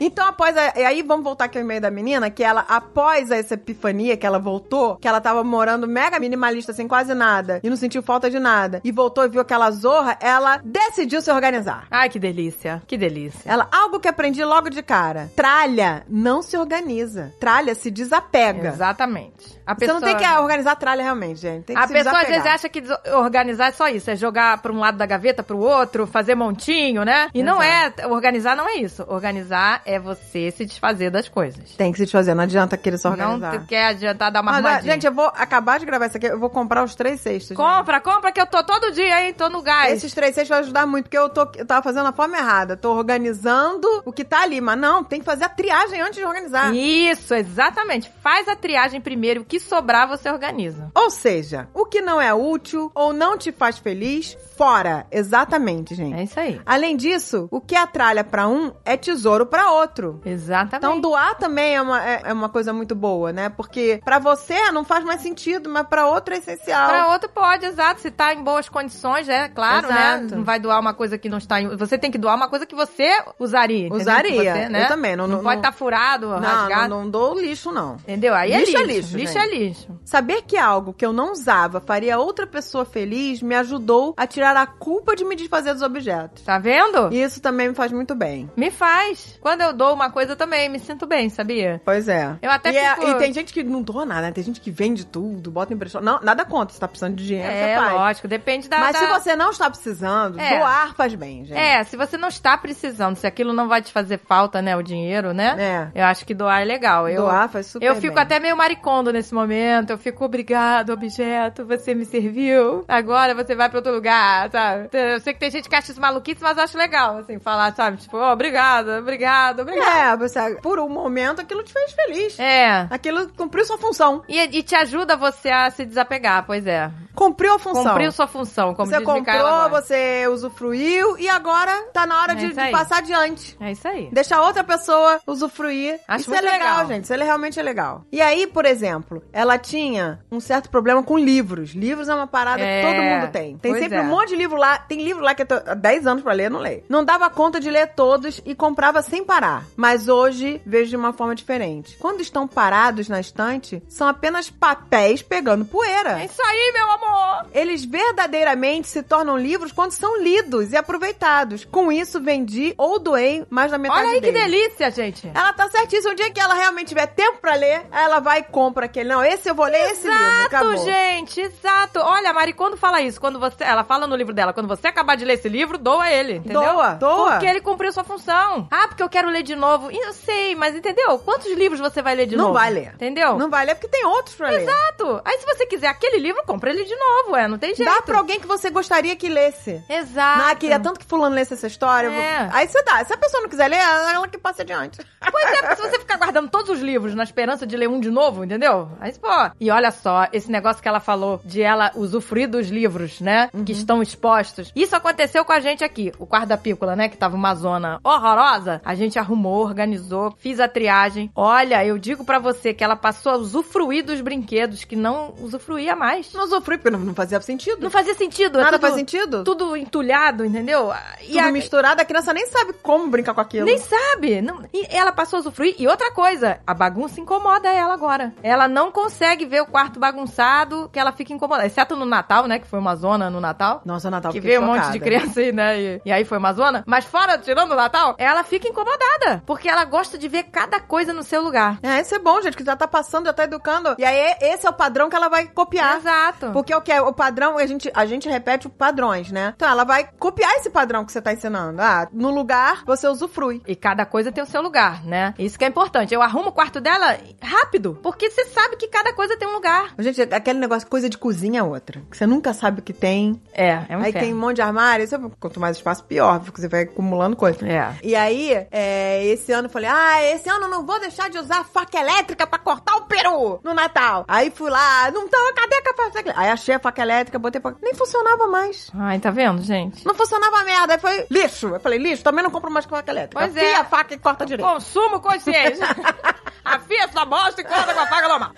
B: Então, após a, e aí vamos voltar aqui ao e-mail da menina, que ela, após essa epifania que ela voltou, que ela tava morando mega minimalista, sem quase nada, e não sentiu falta de nada, e voltou e viu aquela zorra, ela decidiu se organizar.
A: Ai, que delícia. Que delícia.
B: Ela, algo que aprendi logo de cara. Tralha não se organiza. Tralha se desapega.
A: Exatamente. A
B: Você não tem que organizar a tralha realmente, gente. Tem que
A: a
B: se
A: pessoa às
B: desapegar.
A: vezes acha que des- organizar é só isso, é jogar pra um lado da gaveta, pro outro, fazer montinho, né? E não é, organizar não é isso. Organizar é você se desfazer das coisas.
B: Tem que se fazer, não adianta querer só
A: Não
B: organizar.
A: tu quer adiantar dar uma
B: Mas,
A: armadinha.
B: gente, eu vou acabar de gravar isso aqui, eu vou comprar os três cestos. gente.
A: compra, compra que eu tô todo dia, hein? Tô no gás.
B: Esses três cestos vai ajudar muito, porque eu, tô, eu tava fazendo a forma errada. Tô organizando o que tá ali, mas não, tem que fazer a triagem antes de organizar.
A: Isso, exatamente. Faz a triagem primeiro, o que sobrar você organiza.
B: Ou seja, o que não é útil ou não te faz feliz, fora. Exatamente, gente.
A: É isso aí.
B: Além disso, o que é tralha pra um é tesouro pra outro.
A: Exatamente.
B: Então, doar também é uma, é, é uma coisa muito boa, né? Porque pra você não faz mais sentido, mas pra outro é essencial.
A: Pra outro pode, exato. Se tá em boas condições, é claro, né?
B: Exato.
A: Não vai doar uma coisa que não está em. Você tem que doar uma coisa que você usaria. entendeu?
B: Usaria.
A: Que Você, né?
B: Eu também, não-
A: não,
B: não-
A: pode
B: não-
A: estar furado,
B: não, não,
A: rasgado.
B: não dou lixo, não.
A: Entendeu? Aí é
B: Lixo
A: lixo.
B: é lixo,
A: lixo
B: gente.
A: é lixo.
B: Saber que algo que eu não usava faria outra pessoa feliz me ajudou a tirar a culpa de me desfazer dos objetos.
A: Tá vendo?
B: E isso também me faz muito bem.
A: Me faz. Quando eu dou uma coisa, eu também me sinto bem, sabia?
B: Pois é.
A: Eu até
B: e, é-
A: fico-
B: e tem gente que não doa nada, né? Tem gente que vende tudo, bota impressão. Não, nada contra. Você tá precisando de dinheiro,
A: É,
B: você faz.
A: lógico. Depende da.
B: Mas
A: da-
B: se você não está precisando,
A: Tá, É.
B: doar faz bem, gente.
A: É, se você não está precisando, se aquilo não vai te fazer falta, né? O dinheiro, né? Eu acho que doar é legal. Eu,
B: Doar faz super
A: Eu fico
B: bem.
A: até meio maricondo nesse momento. Eu fico, obrigado, objeto, você me serviu. Agora você vai pra outro lugar, sabe? Então, Eu sei que tem gente que acha isso maluquice, mas eu acho legal, assim, falar, sabe? Tipo, oh, obrigado, obrigado, obrigado.
B: É, você, por um momento aquilo te fez feliz.
A: É.
B: Aquilo cumpriu sua função.
A: E, e te ajuda você a se desapegar, pois é.
B: Cumpriu a função.
A: Cumpriu sua função, como
B: você
A: diz Micaela
B: comprou,
A: Borges.
B: você usufruiu e agora tá na hora
A: É
B: de,
A: isso
B: de
A: aí.
B: passar adiante.
A: É isso aí.
B: Deixar outra pessoa usufruir.
A: Acho
B: Isso
A: muito
B: é legal,
A: legal.
B: gente. Isso é realmente legal. E aí, por exemplo, ela tinha um certo problema com livros. Livros é uma parada
A: É.
B: que todo mundo tem. Tem
A: Pois
B: sempre
A: é.
B: um monte de livro lá. Tem livro lá que eu tô há 10 anos pra ler, não leio. Não dava conta de ler todos e comprava sem parar. Mas hoje vejo de uma forma diferente. Quando estão parados na estante, são apenas papéis pegando poeira.
A: É isso aí, meu amor!
B: Eles verdadeiramente se tornam livros quando são lidos e aproveitados. Com isso, vendi ou doei mais da metade
A: Olha aí que
B: deles.
A: delícia, gente!
B: Ela tá certíssima. O dia que ela realmente tiver tempo pra ler, ela vai e compra aquele. Não, esse eu vou ler esse livro.
A: Exato,
B: Acabou.
A: gente, exato. Olha, a Mari, quando fala isso, quando você, ela fala no livro dela, quando você acabar de ler esse livro, doa ele, entendeu?
B: Doa, doa.
A: Porque ele cumpriu sua função. Ah, porque eu quero ler de novo. E Eu sei, mas entendeu? Quantos livros você vai ler de
B: Não
A: novo?
B: vai ler.
A: Entendeu?
B: Não vai ler porque tem outros pra ler.
A: Exato. Aí se você quiser aquele livro, compra ele de novo, é, não tem jeito.
B: Dá pra alguém que você gostaria que lesse.
A: Exato.
B: Ah, queria tanto que fulano lesse essa história. eu vou-
A: É.
B: Aí você dá. Se a pessoa não quiser ler, ela é ela que passa adiante.
A: Pois é, porque se você ficar guardando todos os livros na esperança de ler um de novo, entendeu? Aí, pô. E olha só, esse negócio que ela falou de ela usufruir dos livros, né?
B: Uhum.
A: Que estão expostos. Isso aconteceu com a gente aqui. O quarto da pícola, né? Que tava uma zona horrorosa. A gente arrumou, organizou, fiz a triagem. Olha, eu digo pra você que ela passou a usufruir dos brinquedos que não usufruía mais.
B: Não sofri porque não, não fazia sentido.
A: Não fazia sentido. é
B: Nada
A: tudo-
B: faz sentido?
A: Tudo entulhado, entendeu? E
B: Tudo
A: a-
B: misturado, a criança nem sabe como brincar com aquilo.
A: nem sabe. Não, e ela passou a usufruir. E outra coisa, a bagunça incomoda ela agora. Ela não consegue ver o quarto bagunçado, que ela fica incomodada. Exceto no Natal, né? Que foi uma zona no Natal.
B: Nossa, Natal,
A: Que
B: fiquei
A: veio um monte de
B: chocada.
A: criança aí, né? E, e aí foi uma zona. Mas fora, tirando o Natal, ela fica incomodada. Porque ela gosta de ver cada coisa no seu lugar.
B: É, isso é bom, gente, que já tá passando, já tá educando. E aí, esse é o padrão que ela vai copiar.
A: Exato.
B: Porque que é o que é o padrão, a gente, a gente repete os padrões, né? Então ela vai copiar esse padrão que você tá ensinando. Ah, no lugar você usufrui.
A: E cada coisa tem o seu lugar, né? Isso que é importante. Eu arrumo o quarto dela rápido, porque você sabe que cada coisa tem um lugar.
B: Gente, é aquele negócio, coisa de cozinha é outra. Que você nunca sabe o que tem.
A: É, é um
B: Aí
A: inferno.
B: tem um monte de armário. Você, quanto mais espaço, pior, porque você vai acumulando coisa.
A: É.
B: E aí, é, esse ano eu falei: ah, esse ano eu não vou deixar de usar faca elétrica pra cortar o peru no Natal. Aí fui lá, não tava, cadê a faca elétrica? Aí achei a faca elétrica, botei pra. Nem funcionava mais.
A: Ai, tá vendo, gente?
B: Não funcionava a merda. Aí foi lixo. Eu falei: lixo, também não compro mais faca elétrica.
A: Pois é.
B: Enfia a faca e corta direito.
A: Consumo consciente. *laughs* Afia sua bosta e corta com a faca normal.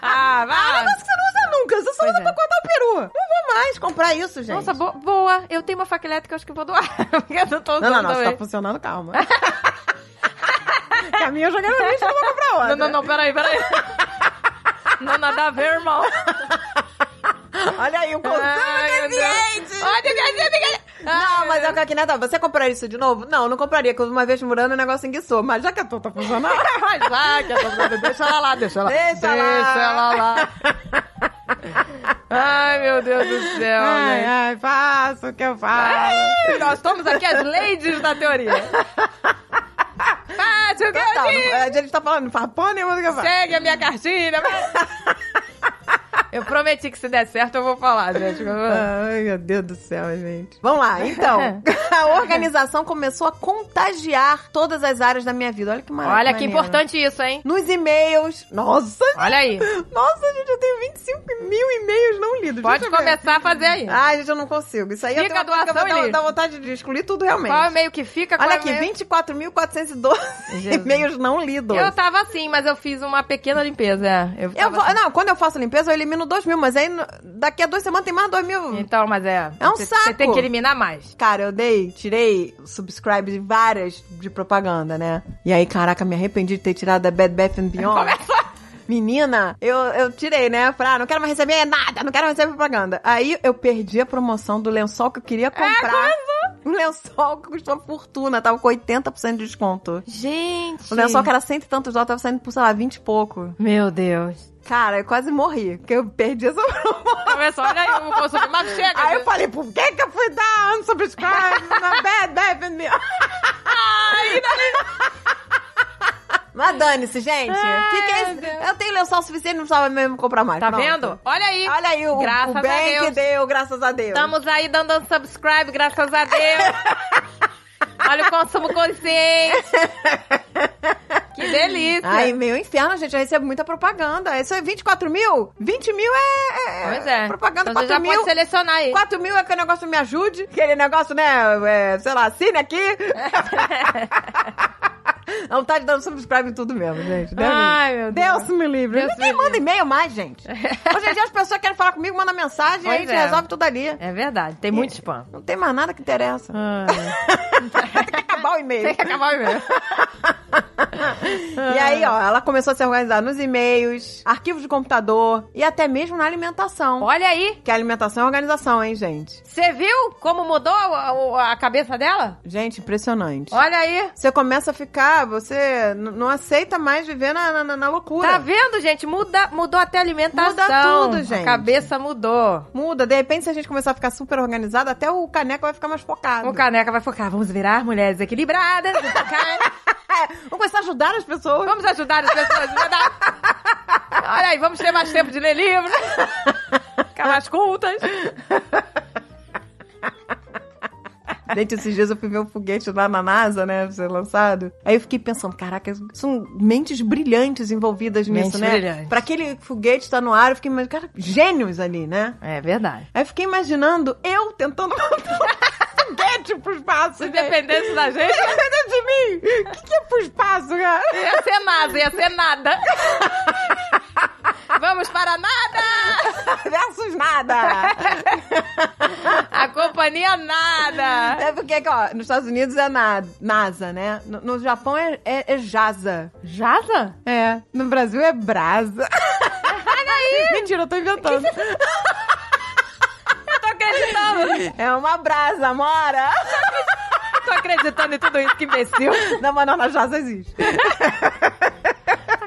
A: Ah,
B: Ah,
A: vai.
B: negócio que você não usa nunca, você só
A: Pois
B: usa
A: é.
B: pra cortar o peru. Não vou mais comprar isso, gente.
A: Nossa, bo- boa. Eu tenho uma faca elétrica, eu acho que eu vou doar. *laughs* Porque eu não tô
B: Não,
A: usando
B: não, não, se
A: também.
B: tá funcionando, calma. *laughs* Que a minha eu joguei no lixo, eu vou comprar outra.
A: Não, não, não, peraí, *laughs* peraí. Não, nada a ver, irmão.
B: Olha aí, o consumo
A: Ai, meu Deus.
B: consciente!
A: Olha, olha, olha, olha.
B: Não, mas é o que aqui, Natal, você compraria isso de novo? Não, não compraria, porque uma vez murando o negócio enguiçou. Mas já que a tua tá
A: *laughs*
B: funcionando...
A: Mas Ah, vai, que essa coisa- deixa ela lá, deixa ela lá.
B: Deixa ela lá.
A: ela *laughs* lá. Ai, meu Deus do céu,
B: ai,
A: gente.
B: ai, faço o que eu faço.
A: Ai, Nós somos aqui as ladies da teoria. Fácil, o que
B: Natal,
A: eu
B: não,
A: digo?
B: a gente tá falando, não faz porra nenhuma do que eu faço.
A: Segue a minha cartilha. vai. Eu prometi que se der certo eu vou falar, gente. Eu vou-
B: Ai, meu Deus do céu, gente. Vamos
A: *laughs*
B: lá, então. A organização começou a contagiar todas as áreas da minha vida. Olha que maravilha.
A: Olha que importante isso, hein?
B: Nos e-mails. Nossa,
A: Olha aí.
B: nossa, gente, eu tenho 25 mil e-mails não lidos.
A: Pode
B: Deixa eu ver. Ah,
A: começar a fazer aí.
B: Ai, gente, eu não consigo. Isso aí eu
A: Fica
B: tenho uma coisa
A: a doação
B: que
A: e
B: dá,
A: lixo.
B: dá vontade de excluir tudo realmente.
A: Qual é o e-mail que fica? Qual
B: Olha
A: é o
B: aqui,
A: e-mail-
B: 24.412
A: Jesus.
B: e-mails não lidos.
A: Eu tava assim, mas eu fiz uma pequena limpeza. é. Eu,
B: Eu
A: tava
B: vou-
A: assim.
B: não, quando eu faço limpeza, eu elimino 2 mil, mas aí no- daqui a duas semanas tem mais 2 mil.
A: Então, mas é.
B: É um
A: você, Você
B: saco.
A: tem que eliminar
B: *laughs*
A: mais.
B: Cara, eu dei, tirei subscribe de várias de propaganda, né? E aí, caraca, me arrependi de ter tirado da Bad Bath and Beyond.
A: *laughs*
B: Menina, eu, eu tirei, né? Falei, ah, não quero mais receber nada, não quero mais receber propaganda. Aí eu perdi a promoção do lençol que eu queria comprar. *laughs* um lençol que custou uma fortuna, tava com 80% de desconto.
A: Gente.
B: O lençol que era cento e tantos dólares, tava saindo por, sei lá, 20 e pouco.
A: Meu Deus.
B: Cara, eu quase morri, porque eu perdi essa *laughs* promoção.
A: Começa, olha aí, o consumo. Mas chega.
B: Aí eu
A: gente.
B: falei, por que que eu fui dar
A: *laughs*
B: unsubscribe na Bad Bath and Beyond? Mas dane-se, gente.
A: Ai,
B: Fica
A: meu Deus.
B: é esse... Eu tenho lençol suficiente, não precisava mesmo comprar mais.
A: Tá
B: Pronto.
A: vendo? Olha aí.
B: Olha aí o,
A: Graças
B: o bem
A: a Deus.
B: que deu, graças a Deus.
A: Estamos aí dando um subscribe, graças a
B: *laughs*
A: Deus. Olha o consumo consciente. Que delícia.
B: Ai, meu inferno, gente. Eu recebo muita propaganda. Isso é 24 mil? 20 mil é, é-
A: pois é.
B: propaganda.
A: então você
B: 4
A: já
B: mil.
A: pode selecionar aí.
B: 4 mil é aquele negócio me ajude. Aquele negócio, né? é, sei lá, assine
A: *laughs*
B: aqui. Não tá dando subscribe em tudo mesmo, gente. Deus
A: Ai,
B: me-
A: meu Deus.
B: Deus me livre.
A: Deus
B: Ninguém
A: me
B: manda e-mail mais, gente. Hoje em dia as pessoas querem falar comigo, mandam mensagem, aí a
A: Pois
B: gente
A: é.
B: resolve tudo ali.
A: É verdade, tem muito spam.
B: Não tem mais nada que interessa.
A: Ai,
B: Tem que acabar o e-mail.
A: Ah. *laughs* tem que acabar mesmo.
B: *laughs* E aí, ó, ela começou a se organizar nos e-mails, arquivos de computador e até mesmo na alimentação.
A: Olha aí.
B: Que a alimentação é organização, hein, gente?
A: Você viu como mudou a- o- a cabeça dela?
B: Gente, impressionante.
A: Olha aí.
B: Você começa a ficar, você n- não aceita mais viver na, na, na loucura.
A: Tá vendo, gente? Muda, mudou até a alimentação.
B: Muda tudo, gente.
A: A cabeça mudou.
B: Muda, de repente, se a gente começar a ficar super organizada, até o caneco vai ficar mais focado.
A: O caneca vai focar. Vamos virar mulheres equilibradas. vamos
B: *laughs*
A: focar.
B: É, Vamos começar a ajudar
A: *laughs*
B: as pessoas.
A: Vamos ajudar as pessoas. né? Olha aí, vamos ter mais tempo de ler livros. Ficar mais cultas.
B: Gente, esses dias eu fui ver um foguete lá na NASA, né? Ser lançado. Aí eu fiquei pensando, caraca, são mentes brilhantes envolvidas nisso,
A: Mentes
B: né?
A: brilhantes.
B: Pra aquele foguete estar no ar, eu fiquei imaginando, cara, gênios ali, né?
A: É verdade.
B: Aí eu fiquei imaginando eu tentando *laughs* mandar um foguete pro espaço.
A: Se
B: gente.
A: dependesse da gente,
B: Dependendo de mim! O que, que é pro espaço, cara?
A: ia ser nada, ia ser nada. Vamos para nada!
B: *laughs*
A: *laughs*
B: Versus nada!
A: A companhia nada!
B: É porque, ó, nos Estados Unidos é na, NASA, né? No, no Japão é, é, é JASA.
A: Jaza?
B: É. No Brasil
A: *laughs*
B: é brasa.
A: Olha aí!
B: Mentira, eu tô inventando.
A: Eu tô acreditando!
B: É uma brasa, mora!
A: Tô acreditando em tudo isso, que imbecil!
B: Não, mas não, na Jaza existe.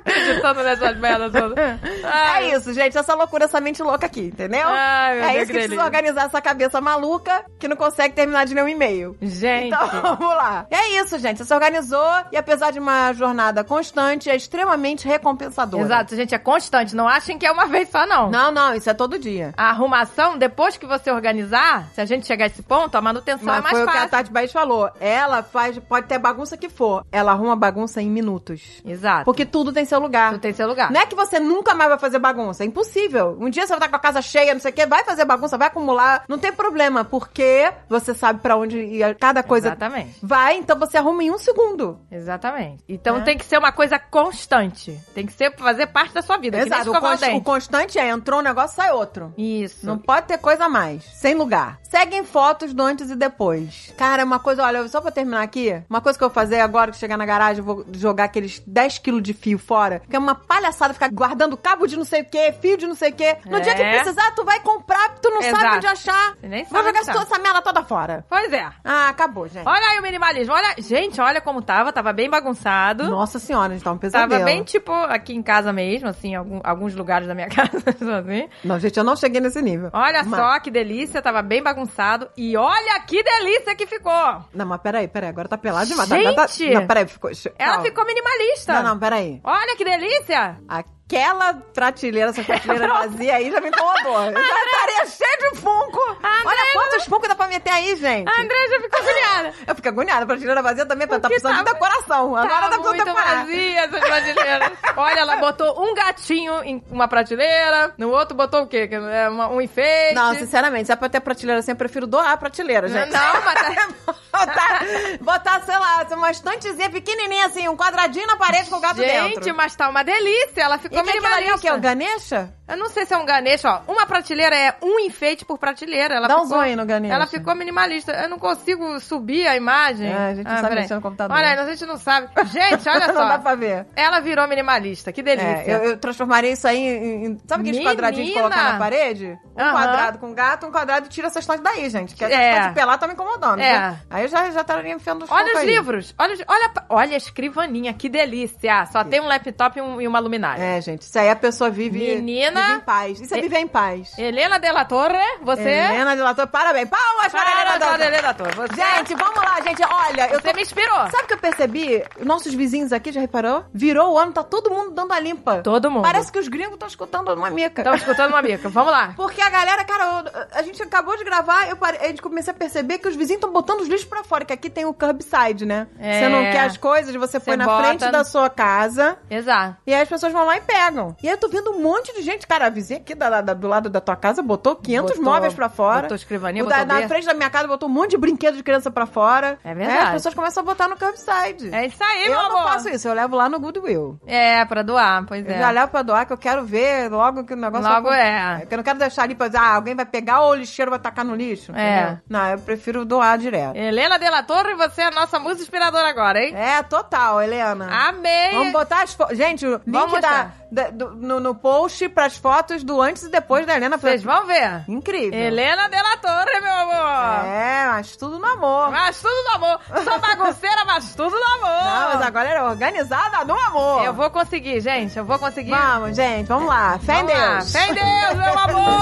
A: acreditando nessas merdas todas. Ai.
B: É isso, gente. Essa loucura, essa mente louca aqui, entendeu?
A: Ai, Ah, meu
B: é
A: Deus,
B: isso que
A: que
B: precisa
A: delícia.
B: organizar essa cabeça maluca que não consegue terminar de ler um e-mail.
A: Gente.
B: Então, *laughs* vamos lá. É isso, gente. Você se organizou e apesar de uma jornada constante, é extremamente recompensadora.
A: Exato, gente, é constante. Não achem que é uma vez só, não.
B: Não, não, isso é todo dia.
A: A arrumação, depois que você organizar, se a gente chegar a esse ponto, a manutenção é
B: Mas
A: mais
B: foi o que a
A: fácil.
B: Tati Baez falou. Ela faz, pode ter bagunça que for. Ela arruma bagunça em minutos.
A: Exato.
B: Porque tudo tem seu lugar.
A: tu tem seu lugar.
B: Não é que você nunca mais vai fazer bagunça. É impossível. Um dia você vai estar com a casa cheia, não sei o quê, vai fazer bagunça, vai acumular. Não tem problema, porque você sabe pra onde ir, cada coisa
A: Exatamente.
B: vai, então você arruma em um segundo.
A: Exatamente. Então
B: É.
A: tem que ser uma coisa constante. Tem que ser fazer parte da sua vida. Que nem
B: Exato. O,
A: escovar o
B: const- o
A: dente.
B: constante é, entrou um negócio, sai outro.
A: Isso.
B: Não pode ter coisa a mais. Sem lugar. Seguem fotos do antes e depois. Cara, uma coisa, olha, só pra terminar aqui, uma coisa que eu vou fazer agora que chegar na garagem, eu vou jogar aqueles 10 quilos de fio fora, que é uma palhaçada ficar guardando cabo de não sei o quê, fio de não sei o quê. No
A: É.
B: dia que precisar, tu vai comprar, tu não
A: Exato.
B: sabe onde achar.
A: Você nem
B: Vou
A: sabe
B: jogar
A: onde
B: essa, essa merda toda fora.
A: Pois é.
B: Ah, acabou, gente.
A: Olha aí o minimalismo. Olha, gente, olha como tava. Tava bem bagunçado.
B: Nossa senhora, a gente tá um pesadelo.
A: Tava bem, tipo, aqui em casa mesmo, assim, em algum- alguns lugares da minha *laughs* casa, assim.
B: Não, gente, eu não cheguei nesse nível.
A: Olha
B: Mas-
A: só que delícia, tava bem bagunçado. E olha que delícia que ficou!
B: Não, mas peraí, peraí, agora tá pelado demais. Tá-
A: Gente!
B: Tá, tá, não, peraí, ficou...
A: Ela
B: calma.
A: ficou minimalista.
B: Não, não, peraí.
A: Olha que delícia!
B: Aquela prateleira, essa prateleira vazia aí já me incomodou. Eu já estaria cheio de funko. Olha quantos funko dá pra meter aí, gente.
A: A André já ficou agoniada.
B: Eu fico agoniada. A prateleira vazia também tá
A: Porque
B: precisando de
A: tava-
B: decoração. Agora tá
A: Tava
B: precisando
A: muito
B: decorar.
A: vazia essas prateleiras. Olha, ela botou um gatinho em uma prateleira, no outro botou o quê? Que é uma- Um enfeite.
B: Não, sinceramente, se é pra ter prateleira assim, eu prefiro doar a prateleira, gente.
A: Não, mas
B: É
A: tá-
B: *laughs* botar, botar, sei lá, uma estantezinha pequenininha assim, um quadradinho na parede com o gato
A: Gente,
B: dentro.
A: mas tá uma delícia. Ela
B: E
A: ficou
B: que aquilo ali é
A: minimalista.
B: o quê? O Ganesha?
A: Eu não sei se é um ganesh, ó. Uma prateleira é um enfeite por prateleira. Ela
B: Dá um
A: ficou...
B: zoom aí no Ganesha.
A: Ela ficou minimalista. Eu não consigo subir a imagem. Ah,
B: É, a gente não sabe
A: peraí.
B: mexer no computador.
A: Olha, a gente não sabe. Gente, olha
B: *laughs* *laughs* Não dá
A: só.
B: pra ver.
A: Ela virou minimalista. Que delícia.
B: É, eu, eu transformaria isso aí em. em- sabe aqueles
A: Menina!
B: quadradinhos que colocar na parede? Um
A: Aham.
B: quadrado com gato, um quadrado e tira essa estante daí, gente. Porque essa
A: É.
B: estante pelada tá me incomodando.
A: É.
B: né? Aí eu já, já estaria enfiando os
A: Olha
B: focos
A: os
B: aí.
A: livros. Olha, os- olha, a- olha a escrivaninha. Que delícia. Só tem um laptop e, um- e uma luminária.
B: É, gente. Isso aí a pessoa vive.
A: Menina!
B: Vive em paz. Isso é
A: E-
B: viver em paz.
A: Helena Della Torre, você...
B: Helena de Lator, parabéns. Palmas para,
A: Para,
B: Helena de Lator.
A: Helena Della Torre. Você,
B: Gente, vamos lá, gente. Olha, eu tô.
A: você me inspirou.
B: Sabe o que eu percebi? Nossos vizinhos aqui, já reparou? Virou o ano, tá todo mundo dando a limpa.
A: Todo mundo.
B: Parece que os gringos estão escutando uma mica.
A: Estamos escutando uma bica. Vamos lá.
B: Porque a galera, cara, eu- a gente acabou de gravar, eu pare... a gente comecei a perceber que os vizinhos estão botando os lixos pra fora, que aqui tem o curbside, né?
A: É.
B: Você não quer as coisas, você põe na
A: bota
B: frente
A: no-
B: da sua casa.
A: Exato.
B: E aí as pessoas vão lá e pegam. E aí eu tô vendo um monte de gente. Cara, a vizinha aqui da- da- do lado da tua casa botou 500
A: Botou-
B: móveis pra fora.
A: botou escrivaninha,
B: o da,
A: botou
B: Na
A: berço.
B: frente da minha casa botou um monte de brinquedo de criança pra fora.
A: É verdade.
B: as pessoas começam a botar no curbside.
A: É isso aí,
B: eu
A: meu
B: não
A: amor.
B: faço isso, eu levo lá no Goodwill.
A: É, pra doar, pois
B: Eu
A: é.
B: já levo pra doar, que eu quero ver logo que o negócio...
A: Logo é.
B: Porque eu não quero deixar ali pra dizer, ah, alguém vai pegar ou o lixeiro vai tacar no lixo.
A: É.
B: entendeu? Não, eu prefiro doar direto.
A: Helena Della Torre, você é a nossa musa inspiradora agora, hein?
B: É, total, Helena.
A: Amei!
B: É. Vamos botar as fotos. Gente, o
A: Vamos
B: link da, da- do- no, no post pras fotos do antes e depois da Helena.
A: Vocês vão ver.
B: Incrível.
A: Helena Della Torre, meu amor!
B: É, mas tudo no amor.
A: Mas tudo no amor! Sou bagunceira, mas tudo no amor!
B: Não, mas agora era organizada no amor.
A: Eu vou conseguir, gente. Eu vou conseguir.
B: Vamos, gente, vamos lá. Fé em
A: Vamos lá.
B: Deus.
A: Fé em Deus, meu amor!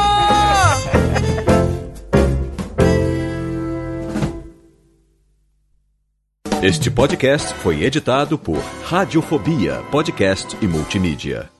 E: Este podcast foi editado por Radiofobia, podcast e multimídia.